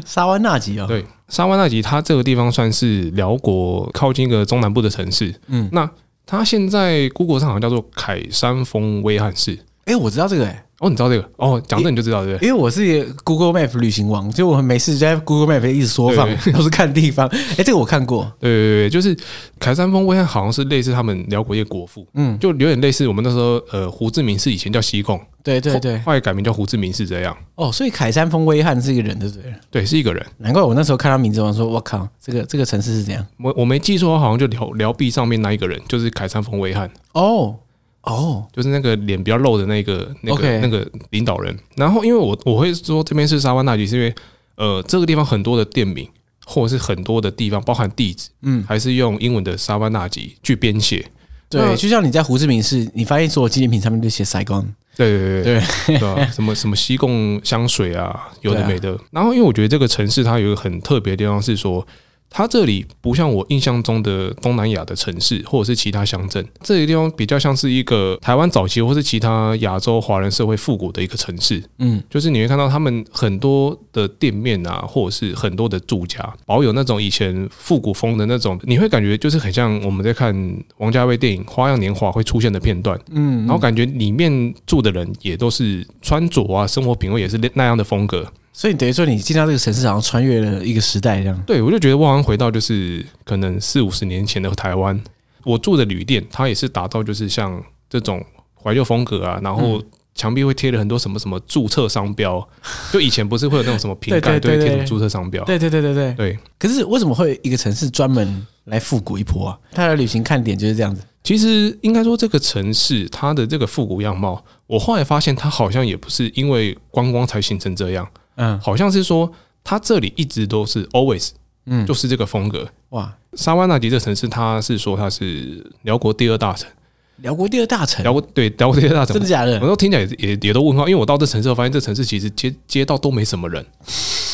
S1: 沙湾纳吉哦，
S2: 对，沙湾纳吉它这个地方算是辽国靠近一个中南部的城市，
S1: 嗯，
S2: 那它现在 Google 上好像叫做凯山峰威汉市。
S1: 哎、我知道这个哎、
S2: 哦，你知道这个哦，讲这你就知道对不
S1: <laughs>
S2: 对？
S1: 因为我是 Google Map 旅行王，就我每次就在 Google Map 一直缩放
S2: 对，
S1: 都是看地方。哎、这个我看过，
S2: 对对对，就是凯山峰威汉好像是类似他们辽国一个国父，
S1: 嗯，
S2: 就有点类似我们那时候呃胡志明市以前叫西贡，
S1: 对对对，
S2: 后来改名叫胡志明市这样。
S1: 哦，所以凯山峰威汉是一个人，对不对了？
S2: 对，是一个人。
S1: 难怪我那时候看他名字，我说我靠，这个这个城市是这样。
S2: 我我没记错，好像就辽辽壁上面那一个人，就是凯山峰威汉，
S1: 哦哦，
S2: 就是那个脸比较露的那个那个
S1: OK
S2: 那个领导人。然后因为我我会说这边是沙湾大吉，是因为呃这个地方很多的店名，或者是很多的地方，包含地址，
S1: 嗯，
S2: 还是用英文的沙湾纳吉去编写。
S1: 对，就像你在胡志明市，你发现所有纪念品上面都写 Saigon，
S2: 对对对 <laughs> 对，对吧？什么什么西贡香水啊，有的没的。然后，因为我觉得这个城市它有一个很特别的地方是说，它这里不像我印象中的东南亚的城市或者是其他乡镇，这个地方比较像是一个台湾早期或是其他亚洲华人社会复古的一个城市。
S1: 嗯，
S2: 就是你会看到他们很多的店面啊，或者是很多的住家，保有那种以前复古风的那种，你会感觉就是很像我们在看王家卫电影《花样年华》会出现的片段。
S1: 嗯，
S2: 然后感觉里面住的人也都是穿着啊，生活品味也是那样的风格。
S1: 所以等于说你进到这个城市，好像穿越了一个时代这样。
S2: 对我就觉得我好像回到就是可能四五十年前的台湾，我住的旅店它也是打造就是像这种怀旧风格啊，然后
S1: 嗯
S2: 墙壁会贴了很多什么什么注册商标，就以前不是会有那种什么瓶
S1: <laughs> 对
S2: 盖都
S1: 对对
S2: 会贴什
S1: 对
S2: 么注册商标，
S1: 对对对对对。
S2: 对。
S1: 可是为什么会有一个城市专门来复古一波啊？它的旅行看点就是这样子。
S2: 其实应该说，这个城市它的这个复古样貌，我后来发现它好像也不是因为观光才形成这样，
S1: 嗯
S2: 好像是说它这里一直都是 always
S1: 嗯，就
S2: 就
S1: 是
S2: 这个风格。
S1: 哇，
S2: 沙湾纳吉这城市，它是说它是辽国第二大城，
S1: 辽国第二大城
S2: 辽，国对辽国第二大城
S1: 哎真的，假
S2: 我
S1: 的？
S2: 都听起来也也也都问号，因为我到这城市，我发现这城市其实街街道都没
S1: <laughs>
S2: 什么人，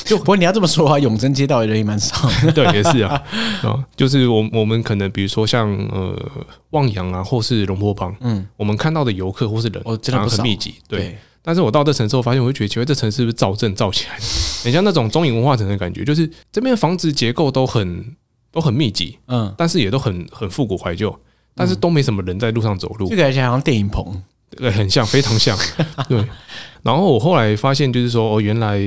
S1: 就不过你要这么说啊，永贞街道的人也蛮少。
S2: 对，也是啊，啊，就是我我们可能比如说像呃望洋啊，或是龙坡帮，
S1: 嗯，
S2: 我们看到的游客或是人，
S1: 哦真的不
S2: 反而
S1: 少
S2: 很密集， <laughs> 对。，但是我到这城市，我发现我会觉得，奇怪，这城市是不是造镇造起来的， <laughs> 很像那种中影文化城的感觉，就是这边的房子结构都很都很密集，
S1: 嗯，
S2: 但是也都很很复古怀旧，但是都没什么人在路上走路
S1: 这，个而且好像电影棚。
S2: 对，很像，非常像，对。然后我后来发现，就是说，哦，原来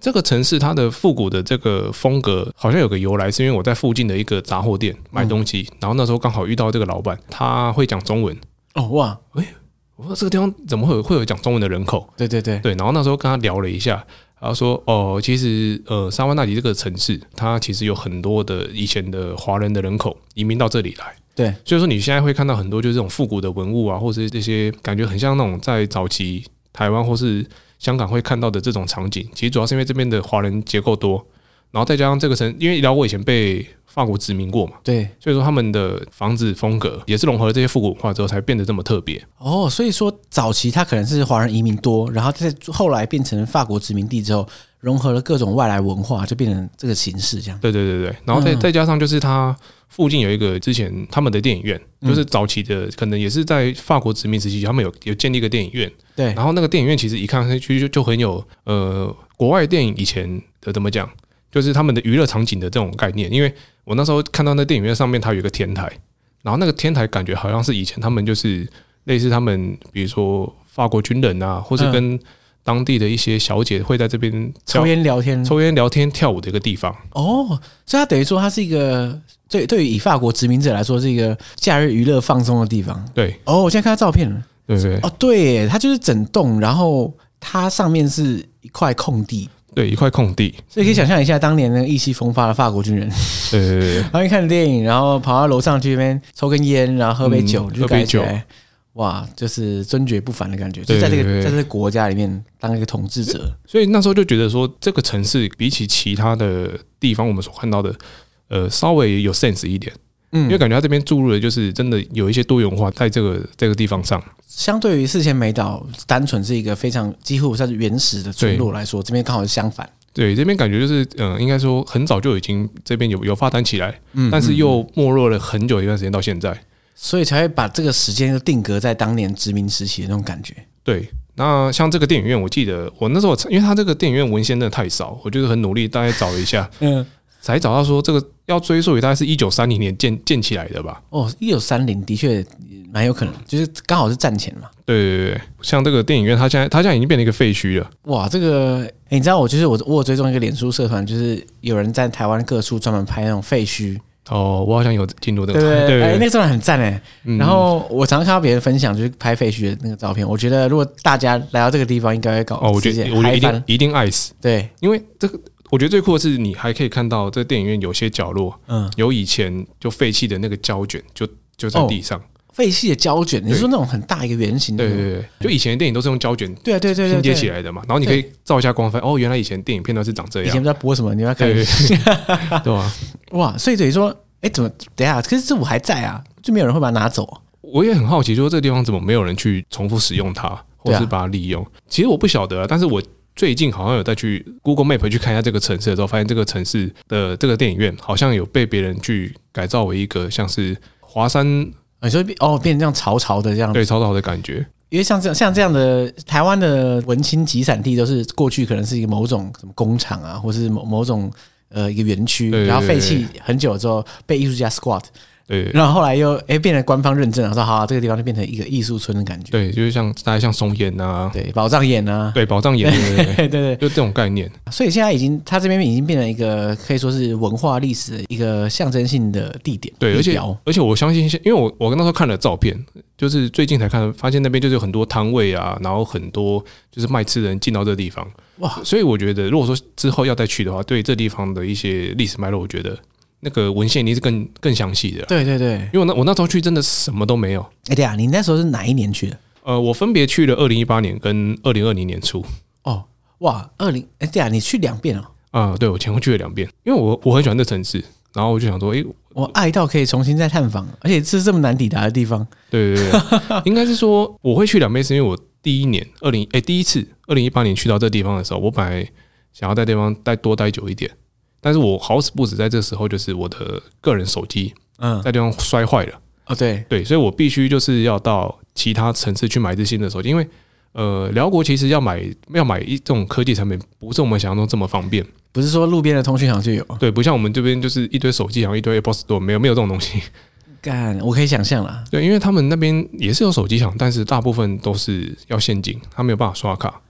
S2: 这个城市它的复古的这个风格好像有个由来，是因为我在附近的一个杂货店买东西，然后那时候刚好遇到这个老板，他会讲中文，
S1: 哦哇，
S2: 我说这个地方怎么会有会有讲中文的人口？
S1: 对对对，
S2: 对，然后那时候跟他聊了一下，然后说哦，其实呃，沙湾那里这个城市，它其实有很多的以前的华人的人口移民到这里来。
S1: 对，
S2: 所以说你现在会看到很多就是这种复古的文物啊，或者是这些感觉很像那种在早期台湾或是香港会看到的这种场景。其实主要是因为这边的华人结构多，然后再加上这个城，因为辽国以前被法国殖民过嘛，
S1: 对
S2: 所以说他们的房子风格也是融合了这些复古文化之后才变得这么特别。
S1: 哦，所以说早期它可能是华人移民多，然后在后来变成法国殖民地之后，融合了各种外来文化，就变成这个形式这样。
S2: 对对对对，然后再、
S1: 嗯
S2: 再加上就是它附近有一个之前他们的电影院，就是早期的，可能也是在法国殖民时期，他们有有建立一个电影院，
S1: 对，
S2: 然后那个电影院其实一看上去就就很有呃国外电影以前的怎么讲，就是他们的娱乐场景的这种概念，因为我那时候看到那电影院上面它有一个天台，然后那个天台感觉好像是以前他们就是类似他们比如说法国军人啊，或是
S1: 嗯
S2: 跟当地的一些小姐会在这边
S1: 抽烟聊天
S2: 抽烟聊天跳舞的一个地方。
S1: 哦，所以它等于说它是一个对对于以法国殖民者来说是一个假日娱乐放松的地方。
S2: 对
S1: 哦，我现在看到照片了。
S2: 对对对
S1: 哦，对耶，它就是整栋，然后它上面是一块空地，
S2: 对，一块空地。
S1: 所以可以想象一下当年那个意气风发的法国军人，
S2: 对对对对
S1: 然后一看电影，然后跑到楼上去那边抽根烟，然后喝杯酒，
S2: 嗯
S1: 就
S2: 喝杯
S1: 感觉起
S2: 酒
S1: 来哇，就是尊爵不凡的感觉，就
S2: 对
S1: 在这个
S2: 对对
S1: 在这个国家里面当一个统治者。
S2: 所以那时候就觉得说，这个城市比起其他的地方我们所看到的，呃，稍微有 sense 一点，
S1: 嗯
S2: 因为，感觉它这边注入的就是真的有一些多元化在这个这个地方上。
S1: 相对于四千美岛，单纯是一个非常几乎算是原始的村落来说，这边刚好是相反。
S2: 对，这边感觉就是，嗯、应该说很早就已经这边有有发展起来，
S1: 嗯
S2: 但是又没落了很久一段时间到现在。
S1: 所以才会把这个时间就定格在当年殖民时期的那种感觉。
S2: 对，那像这个电影院，我记得我那时候因为它这个电影院文献真的太少，我就是很努力大概找了一下，
S1: 嗯，
S2: 才找到说这个要追溯于大概是一九三零年建建起来的吧。
S1: 哦，一九三零的确蛮有可能，就是刚好是战前嘛。
S2: 对对对，对像这个电影院，它现在它现在已经变成一个废墟了。
S1: 哇，这个、诶你知道我就是我，我有追踪一个脸书社团，就是有人在台湾各处专门拍那种废墟，
S2: 哦，我好像有进入这
S1: 对
S2: 个，
S1: 不对？
S2: 对
S1: 哎、那个社团很赞哎、
S2: 嗯
S1: 然后我常常看到别人分享就是拍废墟的那个照片，我觉得如果大家来到这个地方，应该会搞
S2: 哦，我觉
S1: 直接
S2: 得我觉得
S1: 嗨
S2: 一定
S1: 翻
S2: 一定爱死，
S1: 对，
S2: 因为这个我觉得最酷的是，你还可以看到这电影院有些角落
S1: 嗯，
S2: 有以前就废弃的那个胶卷，就就在地上。
S1: 废弃的胶卷，你说那种很大一个圆形的，
S2: 对对对，就以前的电影都是用胶卷
S1: 对啊对对对
S2: 拼接
S1: 对，
S2: 起来的嘛，然后你可以照一下光，发现哦，原来以前电影片段是长这
S1: 以前
S2: 样，
S1: 不知道播什么，你要看
S2: 对对对对吧？
S1: <laughs> 哇，所以等于说，哎，怎么等一下？可是这我还在啊，就没有人会把它拿走啊、
S2: 我也很好奇，说这个地方怎么没有人去重复使用它，或
S1: 对啊
S2: 是把它利用？其实我不晓得、啊，但是我最近好像有再去 Google Map 去看一下这个城市的时候，发现这个城市的这个电影院好像有被别人去改造为一个像是华山
S1: 你说变哦，变成这样潮潮的这样子，
S2: 对超导的感觉，
S1: 因为像这样像这样的台湾的文青集散地，都是过去可能是一个某种什么工厂啊，或是某某种呃一个园区，
S2: 对对
S1: 然后废弃很久之后被艺术家 squat，
S2: 对
S1: 然后后来又哎变成官方认证，然后说好、啊、这个地方就变成一个艺术村的感觉，
S2: 对，就是像大家像松烟啊，
S1: 对，宝藏眼啊，
S2: 对，宝
S1: <laughs>
S2: 藏岩，对对
S1: 对
S2: 对，
S1: 对对，
S2: 就这种概念，
S1: 所以现在已经它这边已经变成一个可以说是文化历史的一个象征性的地点，
S2: 对，而
S1: 地
S2: 且
S1: 标
S2: 而且我相信现，因为我我那时候看了照片，就是最近才看，发现那边就是有很多摊位啊，然后很多就是卖吃的人进到这地方，
S1: 哇，
S2: 所以我觉得如果说之后要再去的话，对这地方的一些历史脉络，我觉得那个文献一定是更更详细的啦。
S1: 对对对，
S2: 因为我那我那时候去真的什么都没有，
S1: 哎，对啊，你那时候是哪一年去的？
S2: 呃，我分别去了二零一八年跟二零二零年初，
S1: 哦，哇，二零哎，对啊，你去两遍哦，
S2: 啊、对我前后去了两遍，因为我我很喜欢这城市，然后我就想说，诶、
S1: 我爱到可以重新再探访，而且是这么难抵达的地方。
S2: 对对对，应该是说我会去两倍，是因为我第一年二零哎第一次二零一八年去到这地方的时候，我本来想要在地方待多待久一点，但是我好死不死在这时候就是我的个人手机
S1: 嗯，
S2: 在地方摔坏了，
S1: 哦对，
S2: 对，所以我必须就是要到其他城市去买一只新的手机，因为呃辽国其实要买要买一这种科技产品，不是我们想象中这么方便，
S1: 不是说路边的通讯行就有。
S2: 对，不像我们这边就是一堆手机，然后一堆 Apple Store，没有没有这种东西， <laughs>
S1: 干，我可以想象啦。
S2: 对，因为他们那边也是有手机厂，但是大部分都是要现金，他没有办法刷卡。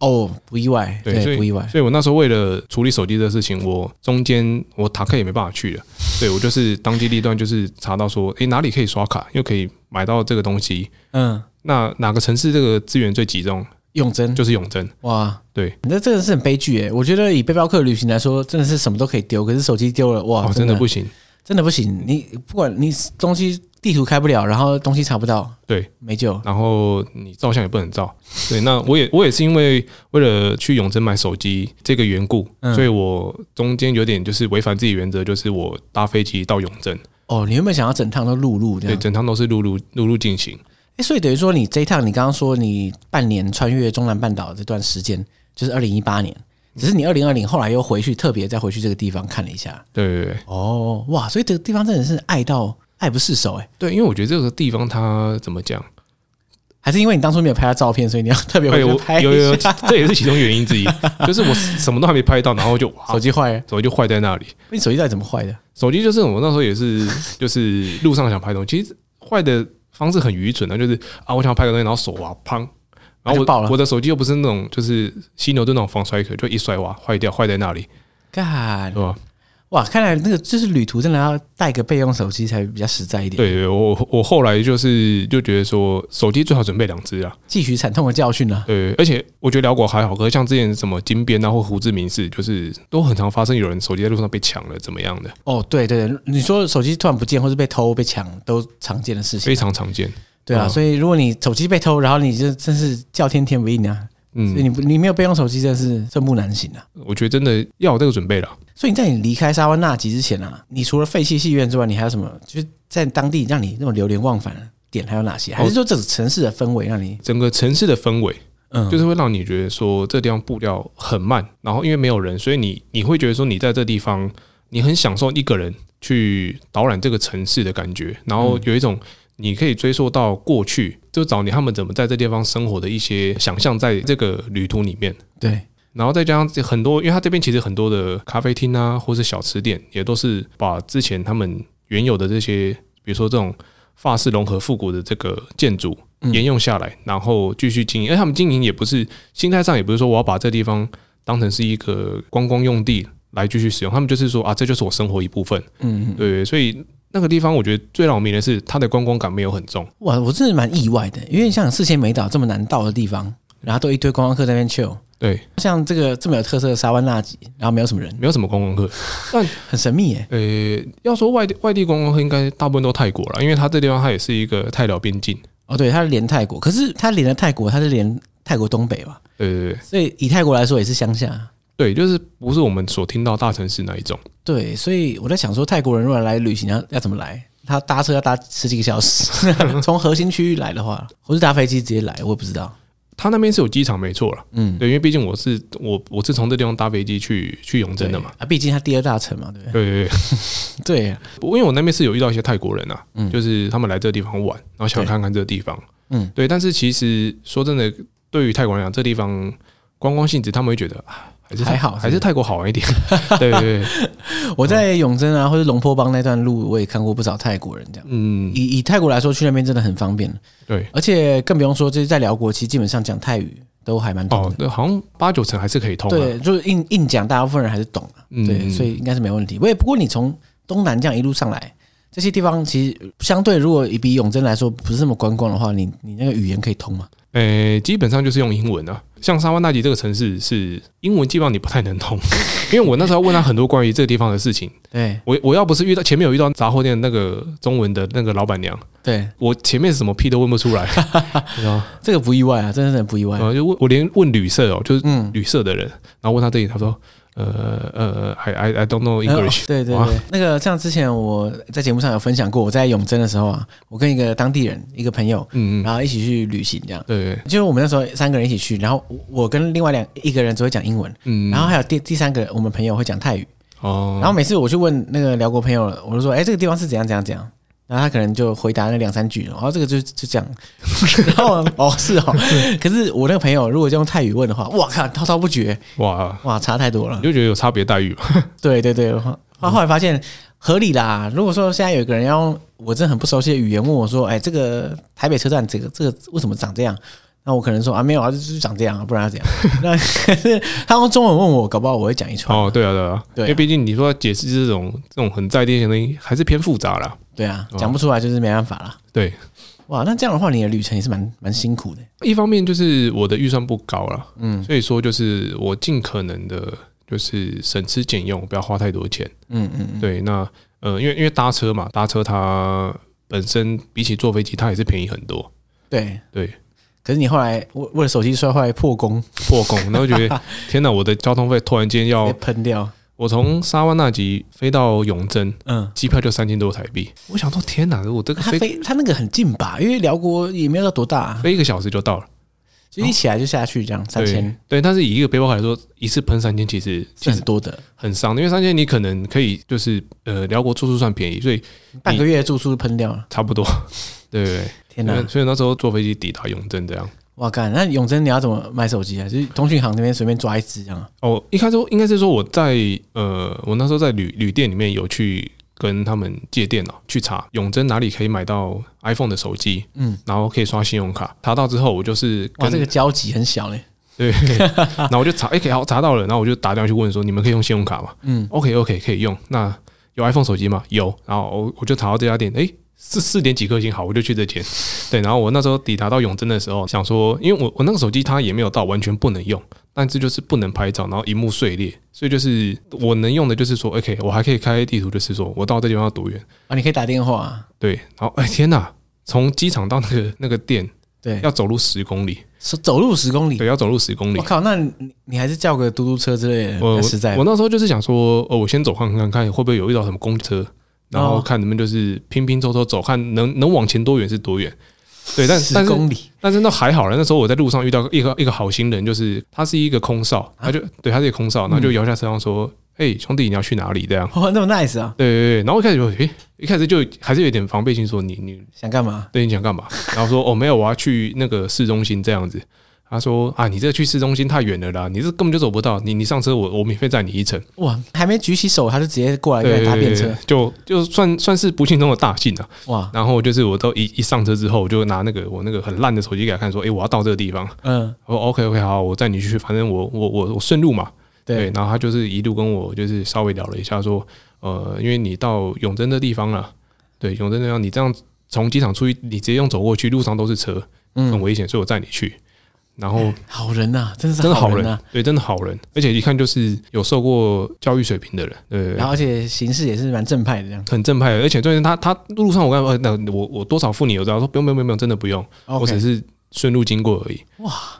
S1: 哦，不意外，
S2: 对所以
S1: 不意外。
S2: 所以我那时候为了处理手机的事情，我中间我塔克也没办法去了，对我就是当机立断，就是查到说，诶、哪里可以刷卡，又可以买到这个东西。
S1: 嗯，
S2: 那哪个城市这个资源最集中？
S1: 永贞，
S2: 就是永贞。
S1: 哇，
S2: 对，
S1: 你这真的是很悲剧哎。我觉得以背包客旅行来说，真的是什么都可以丢，可是手机丢了，哇，
S2: 哦，真的不行。
S1: 真的不行。你不管你东西地图开不了，然后东西查不到，
S2: 对，
S1: 没救。
S2: 然后你照相也不能照。对，那我也我也是因为为了去永贞买手机这个缘故，
S1: 嗯
S2: 所以我中间有点就是违反自己原则，就是我搭飞机到永贞。
S1: 哦，你有没有想要整趟都陆路这
S2: 对，
S1: 样？
S2: 整趟都是陆路陆路进行。
S1: 哎，所以等于说你这一趟，你刚刚说你半年穿越中南半岛这段时间，就是二零一八年，只是你二零二零后来又回去，特别再回去这个地方看了一下。
S2: 对对对
S1: 哦，哇，所以这个地方真的是爱到爱不释手哎，
S2: 对，因为我觉得这个地方它怎么讲，
S1: 还是因为你当初没有拍到照片，所以你要特别回
S2: 哎
S1: 去
S2: 我
S1: 拍一下。
S2: 有有有，这也是其中原因之一， <laughs> 就是我什么都还没拍到，然后就
S1: <laughs>
S2: 哇
S1: 手，机坏了，
S2: 手机就坏在那里。
S1: 你手机到底怎么坏的？
S2: 手机就是我那时候也是， <laughs> 就是路上想拍东西，其实坏的方式很愚蠢的，就是啊，我想要拍个东西，然后手哇砰。然后
S1: 就爆
S2: 我
S1: 了
S2: 我的手机又不是那种就是犀牛的那种防摔壳，就一摔哇坏掉，坏在那里，
S1: 干
S2: 对吧？
S1: 哇，看来那个就是旅途真的要带个备用手机才比较实在一点，
S2: 对对，我我后来就是就觉得说，手机最好准备两只啊，
S1: 汲取惨痛的教训啊。
S2: 对，而且我觉得辽国还好，可是像之前什么金边啊或胡志明市，就是都很常发生有人手机在路上被抢了，怎么样的，
S1: 哦，对对对，你说手机突然不见或是被偷被抢都常见的事情
S2: 非，常常见。
S1: 对啊。
S2: 嗯
S1: 所以如果你手机被偷，然后你就真是叫天天不应啊，所以
S2: 嗯，
S1: 你不你没有备用手机真的是寸步难行啊。
S2: 我觉得真的要有这个准备了。
S1: 所以你在你离开沙湾纳吉之前啊，你除了废弃戏院之外，你还有什么？就是在当地让你那么流连忘返的点还有哪
S2: 哦
S1: 些？还是说这个城市的氛围让你
S2: 整个城市的氛围
S1: 嗯，
S2: 就是会让你觉得说这地方步调很慢，然后因为没有人，所以你你会觉得说你在这地方你很享受一个人去导览这个城市的感觉，然后有一种你可以追溯到过去，就找你他们怎么在这地方生活的一些想象，在这个旅途里面。
S1: 对
S2: 然后再加上这很多，因为它这边其实很多的咖啡厅啊，或是小吃店，也都是把之前他们原有的这些，比如说这种法式融合复古的这个建筑沿用下来，然后继续经营。而他们经营也不是心态上也不是说我要把这地方当成是一个观光用地来继续使用，他们就是说啊，这就是我生活一部分。
S1: 嗯，
S2: 对，所以那个地方我觉得最让我迷的是它的观光感没有很重。
S1: 哇，我真的蛮意外的，因为像四千美岛这么难到的地方，然后都一堆观光客在那边 chill，
S2: 对，
S1: 像这个这么有特色的沙湾纳吉，然后没有什么人，
S2: 没有什么观光客。但
S1: 很神秘耶。
S2: 呃、要说外地外地观光客，应该大部分都泰国了，因为它这地方它也是一个泰辽边境。
S1: 哦，对，它是连泰国，可是它连了泰国，它是连泰国东北吧？
S2: 对对对
S1: 所以以泰国来说也是乡下。
S2: 呃对，就是不是我们所听到大城市那一种。
S1: 对，所以我在想说，泰国人如果来旅行要要怎么来？他搭车要搭十几个小时， <laughs> 从核心区域来的话，或是搭飞机直接来，我也不知道。
S2: 它那边是有机场没错了，
S1: 嗯，
S2: 对，因为毕竟我是我我是从这地方搭飞机去去永贞的嘛。
S1: 对啊，毕竟它第二大城嘛，对不对？
S2: 对对对，
S1: 对， <laughs>
S2: 不因为我那边是有遇到一些泰国人啊，就是他们来这个地方玩，然后想
S1: 嗯对
S2: 看看这个地方，
S1: 嗯，
S2: 对。但是其实说真的，对于泰国人来讲，这地方观光性质，他们会觉得啊，还是泰
S1: 还好
S2: 还是泰国好玩一点。对对对，
S1: 我在永贞啊，或者龙坡邦那段路，我也看过不少泰国人这样。
S2: 嗯，
S1: 以以泰国来说，去那边真的很方便，
S2: 对。
S1: 而且更不用说，就是在辽国，其实基本上讲泰语都还蛮懂
S2: 哦
S1: 的。，
S2: 那好像八九成还是可以通啊的、
S1: 对，就是硬硬讲，大部分人还是懂啊。
S2: 嗯
S1: 对，所以应该是没问题。不也不过你从东南这样一路上来，这些地方其实相对如果以比永贞来说不是那么观光的话，你你那个语言可以通吗？
S2: 诶、基本上就是用英文啊。像沙湾纳吉这个城市是英文，基本上你不太能通， <laughs> 因为我那时候问他很多关于这个地方的事情，
S1: 对
S2: 我我要不是遇到前面有遇到杂货店那个中文的那个老板娘，
S1: 对，
S2: 我前面什么屁都问不出来， <laughs> 你知
S1: <laughs>
S2: 道吗？
S1: 这个不意外啊，真的是不意外
S2: 然。后就问我连问旅社哦，就是
S1: 嗯
S2: 旅社的人，然后问他这里，他说呃呃，I I I don't know English，、
S1: 呃对对
S2: 哇
S1: 对，那个像之前我在节目上有分享过，我在永贞的时候啊，我跟一个当地人一个朋友，
S2: 嗯嗯，
S1: 然后一起去旅行这样。
S2: 对，
S1: 就是我们那时候三个人一起去，然后我我跟另外两一个人只会讲英文，
S2: 嗯，
S1: 然后还有第第三个我们朋友会讲泰语。
S2: 哦，
S1: 然后每次我去问那个辽国朋友，我就说：“哎，这个地方是怎样怎样怎样。”然后他可能就回答那两三句，然后这个就就这样。 <laughs> 然后我哦是哦，可是我那个朋友如果就用泰语问的话，哇靠，滔滔不绝，
S2: 哇，
S1: 哇差太多了
S2: 你。就觉得有差别待遇嘛？
S1: 对对对，后后来发现合理啦。如果说现在有一个人要用我真的很不熟悉的语言问我说：“哎，这个台北车站这个这个为什么长这样？”那我可能说啊没有啊，就是长这样啊，不然要怎样？ <laughs> 那可是他用中文问我，搞不好我会讲一串。
S2: 哦，对啊，对啊，
S1: 对啊
S2: 因为毕竟你说要解释这种这种很在地的东西，还是偏复杂啦。
S1: 对啊，
S2: 哦
S1: 讲不出来就是没办法啦。
S2: 对，
S1: 哇，那这样的话，你的旅程也是蛮蛮辛苦的。
S2: 一方面就是我的预算不高啦，
S1: 嗯
S2: 所以说就是我尽可能的，就是省吃俭用，不要花太多钱。
S1: 嗯嗯嗯，
S2: 对，那呃，因为因为搭车嘛，搭车它本身比起坐飞机，它也是便宜很
S1: <laughs>
S2: 多。
S1: 对
S2: 对。
S1: 可是你后来为为了手机摔坏破功
S2: 破功，然后觉得天哪，我的交通费突然间
S1: 被 <laughs>
S2: 要，
S1: 喷掉，
S2: 我从沙湾那吉飞到永贞，
S1: 嗯，
S2: 机票就三千多台币。我想说，天哪，我这个
S1: 他
S2: 飞
S1: 飞他那个很近吧？因为辽国也没有到多大、啊，
S2: 飞一个小时就到了，
S1: 就一起来就下去这样三千，
S2: 哦对，对但是以一个背包客来说，一次喷三千其实
S1: 是
S2: 其
S1: 很
S2: 实
S1: 多的。
S2: 很伤的，因为三千你可能可以就是呃，辽国住宿算便宜，所以
S1: 半个月的住宿就喷掉了，
S2: 差不多。 <laughs> 对对
S1: 天
S2: 对
S1: 哪
S2: 对，！所以那时候坐飞机抵达永贞这样。
S1: 哇干，那永贞你要怎么买手机啊？就是通讯行那边随便抓一只这样啊？
S2: 哦，一开始应该是说我在呃，我那时候在旅旅店里面有去跟他们借电脑去查永贞哪里可以买到 iPhone 的手机，
S1: 嗯，
S2: 然后可以刷信用卡。查到之后，我就是
S1: 哇，
S2: 跟
S1: 这个交集很小嘞。
S2: 对， <laughs> 然后我就查，哎、可以好查到了，然后我就打电话去问说，你们可以用信用卡吗？
S1: 嗯
S2: ，OK OK 可以用。那有 iPhone 手机吗？有。然后我我就查到这家店，哎、是四点几颗星，好，我就去这间。对，然后我那时候抵达到永贞的时候，想说，因为我我那个手机它也没有到完全不能用，但是就是不能拍照，然后荧幕碎裂，所以就是我能用的就是说，OK，我还可以开地图，就是说我到这地方要多远？
S1: 啊，你可以打电话、啊，
S2: 对，然后哎、天哪，从机场到那个那个店
S1: 对，
S2: 要走路十公里，
S1: 是走路十公里。
S2: 对，要走路十公里
S1: 我。靠，那你你还是叫个嘟嘟车之类的，比较
S2: 我
S1: 实在
S2: 呃我那时候就是想说，哦，我先走看看看会不会有遇到什么公车，然后
S1: 哦
S2: 看能不能就是拼拼凑凑走，看能能往前多远是多远。对，但
S1: 十
S2: 但是
S1: 公里，
S2: 但是那还好了。那时候我在路上遇到一个一个好心人，就是他是一个空少，
S1: 啊
S2: 他就对他是一个空少，然
S1: 嗯
S2: 后就摇下车窗说：“哎，兄弟，你要去哪里？”这样。
S1: 哇，那么 nice 啊！
S2: 对对对，然后一开始就诶、一开始就还是有点防备心，说你你
S1: 想干嘛？
S2: 对你想干嘛？ <laughs> 然后说哦没有，我要去那个市中心这样子。他说啊，你这去市中心太远了啦，你这根本就走不到，你你上车我我免费载你一程。
S1: 哇，还没举起手，他就直接过来跟
S2: 对，
S1: 你搭便车
S2: 对，就就算算是不幸中的大幸啊。
S1: 哇，
S2: 然后就是我都一一上车之后，我就拿那个我那个很烂的手机给他看，说：“诶，哎我要到这个地方。
S1: 嗯，”
S2: 我说：“OK OK，好，我载你去，反正我我我我顺路嘛。”
S1: 对，
S2: 然后他就是一路跟我就是稍微聊了一下，说：“呃，因为你到永贞的地方了，对，永贞的地方，你这样从机场出去，你直接用走过去，路上都是车，很
S1: 嗯，
S2: 危险，所以我载你去。”然后
S1: 好人呐、真的是
S2: 真的好
S1: 人呐、啊
S2: 人，对，真的好人，而且一看就是有受过教育水平的人，对，
S1: 然后而且形式也是蛮正派的这样。
S2: 很正派的。而且最近他他路上我刚才那我我多少付你，我知道说不用不用不用不用，真的不用，我
S1: OK，
S2: 只哦是顺路经过而已。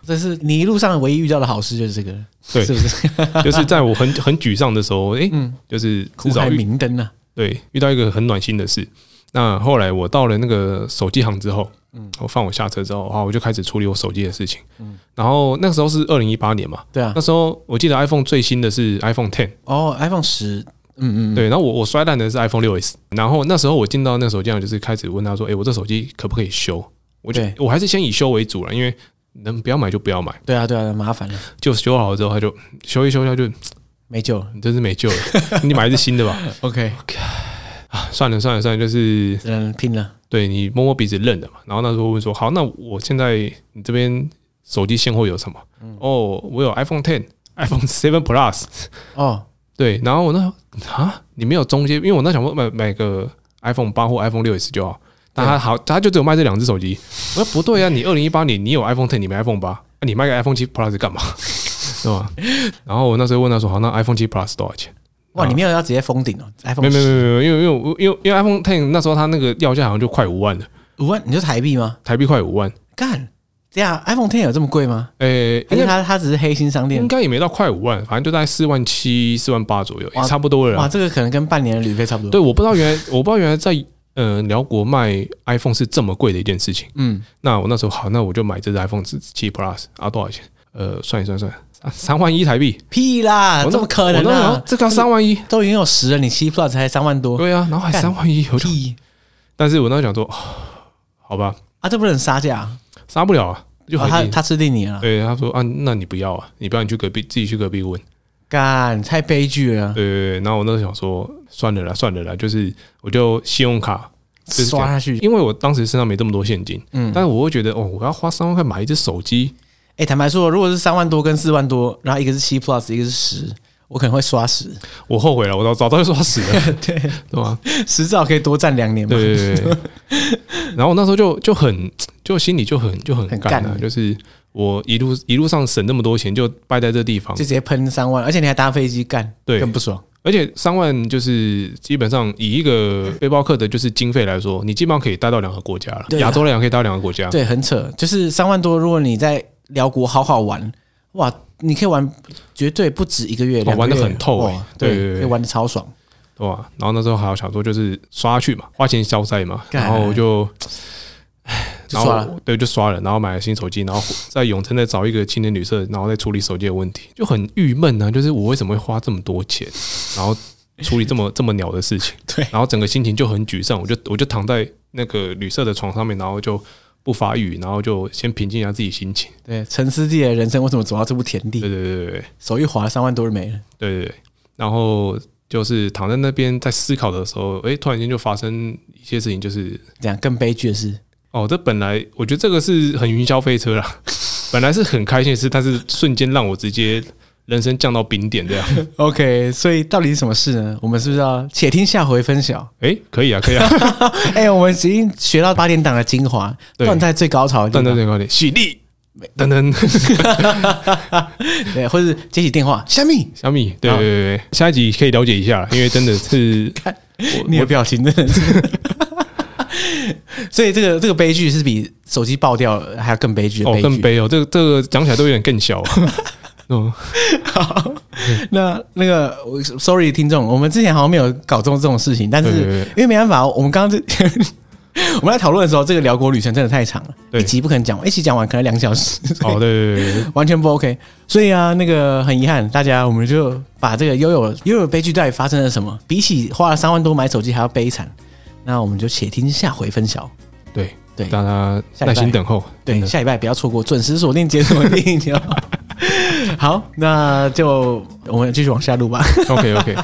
S1: 这是你一路上唯一遇到的好事就是这个，
S2: 对
S1: 是不
S2: <laughs>
S1: 是？
S2: 就是在我很很沮丧的时候，诶，
S1: 嗯
S2: 就是
S1: 苦
S2: 至少
S1: 海
S2: 遇
S1: 明灯啊呐、
S2: 对，遇到一个很暖心的事。那后来我到了那个手机行之后，嗯，我放我下车之后，啊，我就开始处理我手机的事情。嗯，然后那时候是二零一八年嘛，
S1: 对啊
S2: 那。时候我记得 iPhone 最新的是 iPhone Ten，、
S1: 哦，iPhone 十，嗯嗯，
S2: 对，然后我我摔烂的是 iPhone 六 S。然后那时候我进到那手机行，就是开始问他说：“诶，我这手机可不可以修？”我就
S1: 对
S2: 我还是先以修为主了，因为能不要买就不要买。
S1: 对啊对啊，麻烦了，
S2: 就修好了之后，他就修一修，他就
S1: 没救了。
S2: 你真是没救了， <laughs> 你买一只新的吧。 <laughs>
S1: OK，
S2: 算了算了算了，就是
S1: 只能拼了。
S2: 对你摸摸鼻子认的嘛。然后那时候问说，好，那我现在你这边手机现货有什么？
S1: 嗯
S2: 哦，我有 iPhone Ten、iPhone Seven Plus。
S1: 哦，
S2: 对，然后我那时候啊，你没有中间，因为我那想说买买个 iPhone 八或 iPhone 六 S 就好。但他好，他就只有卖这两只手机。我说不对啊，你二零一八年你有 iPhone Ten，你没 iPhone 八、那你卖个 iPhone 七 Plus 干嘛？对吧？然后我那时候问他说，好，那 iPhone 七 Plus 多少钱？
S1: 哇，你没有要直接封顶哦
S2: 没
S1: ，iPhone
S2: 有没有
S1: 10
S2: 没有，没有因为因为我因为因为 iPhone Ten 那时候它那个要价好像就快五万了，
S1: 五万，你就台币吗？
S2: 台币快五万。
S1: 干，这样 iPhone Ten 有这么贵吗？
S2: 诶、
S1: 还
S2: 应
S1: 是它
S2: 该
S1: 它只是黑心商店
S2: 应？该也没到快五万，反正就大概四万七、四万八左右，也
S1: 哇
S2: 差不多了
S1: 哇，
S2: 啦。
S1: 这个可能跟半年的旅费差不多。
S2: 啊对，我不知道原来，我不知道原来在呃辽国卖 iPhone 是这么贵的一件事情。
S1: 嗯，
S2: 那我那时候好，那我就买这只 iPhone 七 Plus 啊，多少钱？呃，算一算算，三三万一台币。
S1: 屁啦，
S2: 我
S1: 啊怎么可能
S2: 我那时候
S1: 啊？
S2: 这个
S1: <laughs>
S2: 三万一，
S1: 都已经有十了，你七 Plus 才三万多，
S2: 对啊，然后还
S1: 干
S2: 三万一，
S1: <laughs>
S2: 我就，
S1: 屁
S2: 但是我那时候想说，哦好吧，
S1: 啊！这不能杀价啊，
S2: 杀不了啊，就
S1: 哦
S2: 很
S1: 他
S2: 硬。
S1: 他吃定你了，
S2: 对，他说啊，那你不要啊，你不要，你去隔壁自己去隔壁问。
S1: 干太悲剧了啊，
S2: 对对对，然后我那时候想说，算了啦，算了啦，就是我就信用卡就是这样
S1: 刷下去。
S2: 因为我当时身上没这么多现金，
S1: 嗯
S2: 但是我会觉得哦，我要花三万块买一只手机，
S1: 哎，坦白说，如果是三万多跟四万多，然后一个是七 Plus，一个是十，我可能会刷
S2: <laughs>
S1: 十，
S2: 我后悔了，我早早早就说死了，
S1: 对，
S2: 对吧？
S1: 十至少可以多站两年嘛。
S2: 对对对对。然后我那时候就就很就心里就很就很
S1: 很
S2: 干
S1: 干
S2: 啊，就是我一路一路上省那么多钱，就败在这地方
S1: 就，直接喷三万，而且你还搭飞机干，
S2: 对
S1: 更不爽。
S2: 而且三万就是基本上以一个背包客的就是经费来说，你基本上可以带到两个国家了，
S1: 对啊
S2: 亚洲来讲可以带到两个国家，
S1: 对，很扯。就是三万多，如果你在辽国好好玩，哇，你可以玩绝对不止一个月，
S2: 哦
S1: 两个月
S2: 玩得很透
S1: 哇
S2: 欸
S1: 对
S2: 对对对
S1: 可以玩的超爽。
S2: 对吧、然后那时候还有想说，就是刷下去嘛，花钱消灾嘛，
S1: 干
S2: 然后我就，唉，
S1: <sighs> 就
S2: 然后
S1: 刷了
S2: 我对，就刷了，然后买了新手机，然后在永城再找一个青年旅社，然后再处理手机的问题，就很郁闷啊，就是我为什么会花这么多钱，然后处理
S1: <laughs>
S2: 这么这么鸟的事情，
S1: 对
S2: 然后整个心情就很沮丧，我就我就躺在那个旅社的床上面，然后就不发语，然后就先平静一下自己心情，
S1: 对，沉思自己的人生为什么走到这步田地，
S2: 对对对对对。
S1: 手一滑三万多就没了。
S2: 对对对，然后就是躺在那边在思考的时候，诶，突然间就发生一些事情，就是
S1: 这样更悲剧的是，
S2: 哦，这本来我觉得这个是很云霄飞车啦， <laughs> 本来是很开心的事，但是瞬间让我直接人生降到冰点这样。
S1: OK，所以到底是什么事呢？我们是不是要且听下回分晓？
S2: 诶，可以啊，
S1: <laughs>
S2: 可以啊，
S1: 哎、我们已经学到八点档的精华，
S2: 对
S1: 断在最高潮的地
S2: 等
S1: 方，
S2: 等等，快点，喜力，等等，
S1: 对或者是接起电话，虾米，
S2: 小米，对对对对，下一集可以了解一下，因为真
S1: <laughs>
S2: 的是
S1: 你的
S2: 我我
S1: 表情真的是。
S2: <laughs>
S1: 所以这个这个悲剧是比手机爆掉还要更悲剧的
S2: 哦
S1: 悲剧。
S2: 更悲哦，这个这个讲起来都有点更小。啊
S1: <laughs>
S2: 嗯，
S1: 好， <laughs> 那那个我，sorry，听众，我们之前好像没有搞中这种事情，但是
S2: 对对对
S1: 因为没办法，我们刚刚这 <laughs> 我们在讨论的时候，这个辽国旅程真的太长了，
S2: 对
S1: 一集不可能讲完，一集讲完可能两小时，
S2: <laughs> 哦，对对对对，
S1: <laughs> 完全不 OK。所以啊，那个很遗憾，大家我们就把这个悠悠悠悠悲剧到底发生了什么，比起花了三万多买手机还要悲惨，那我们就且听下回分晓。
S2: 对
S1: 对
S2: 大家
S1: 下礼拜
S2: 耐心等候，
S1: 对，下礼拜不要错过，准时锁定解锁电影节目。好，那就我们继续往下录吧。
S2: OK OK，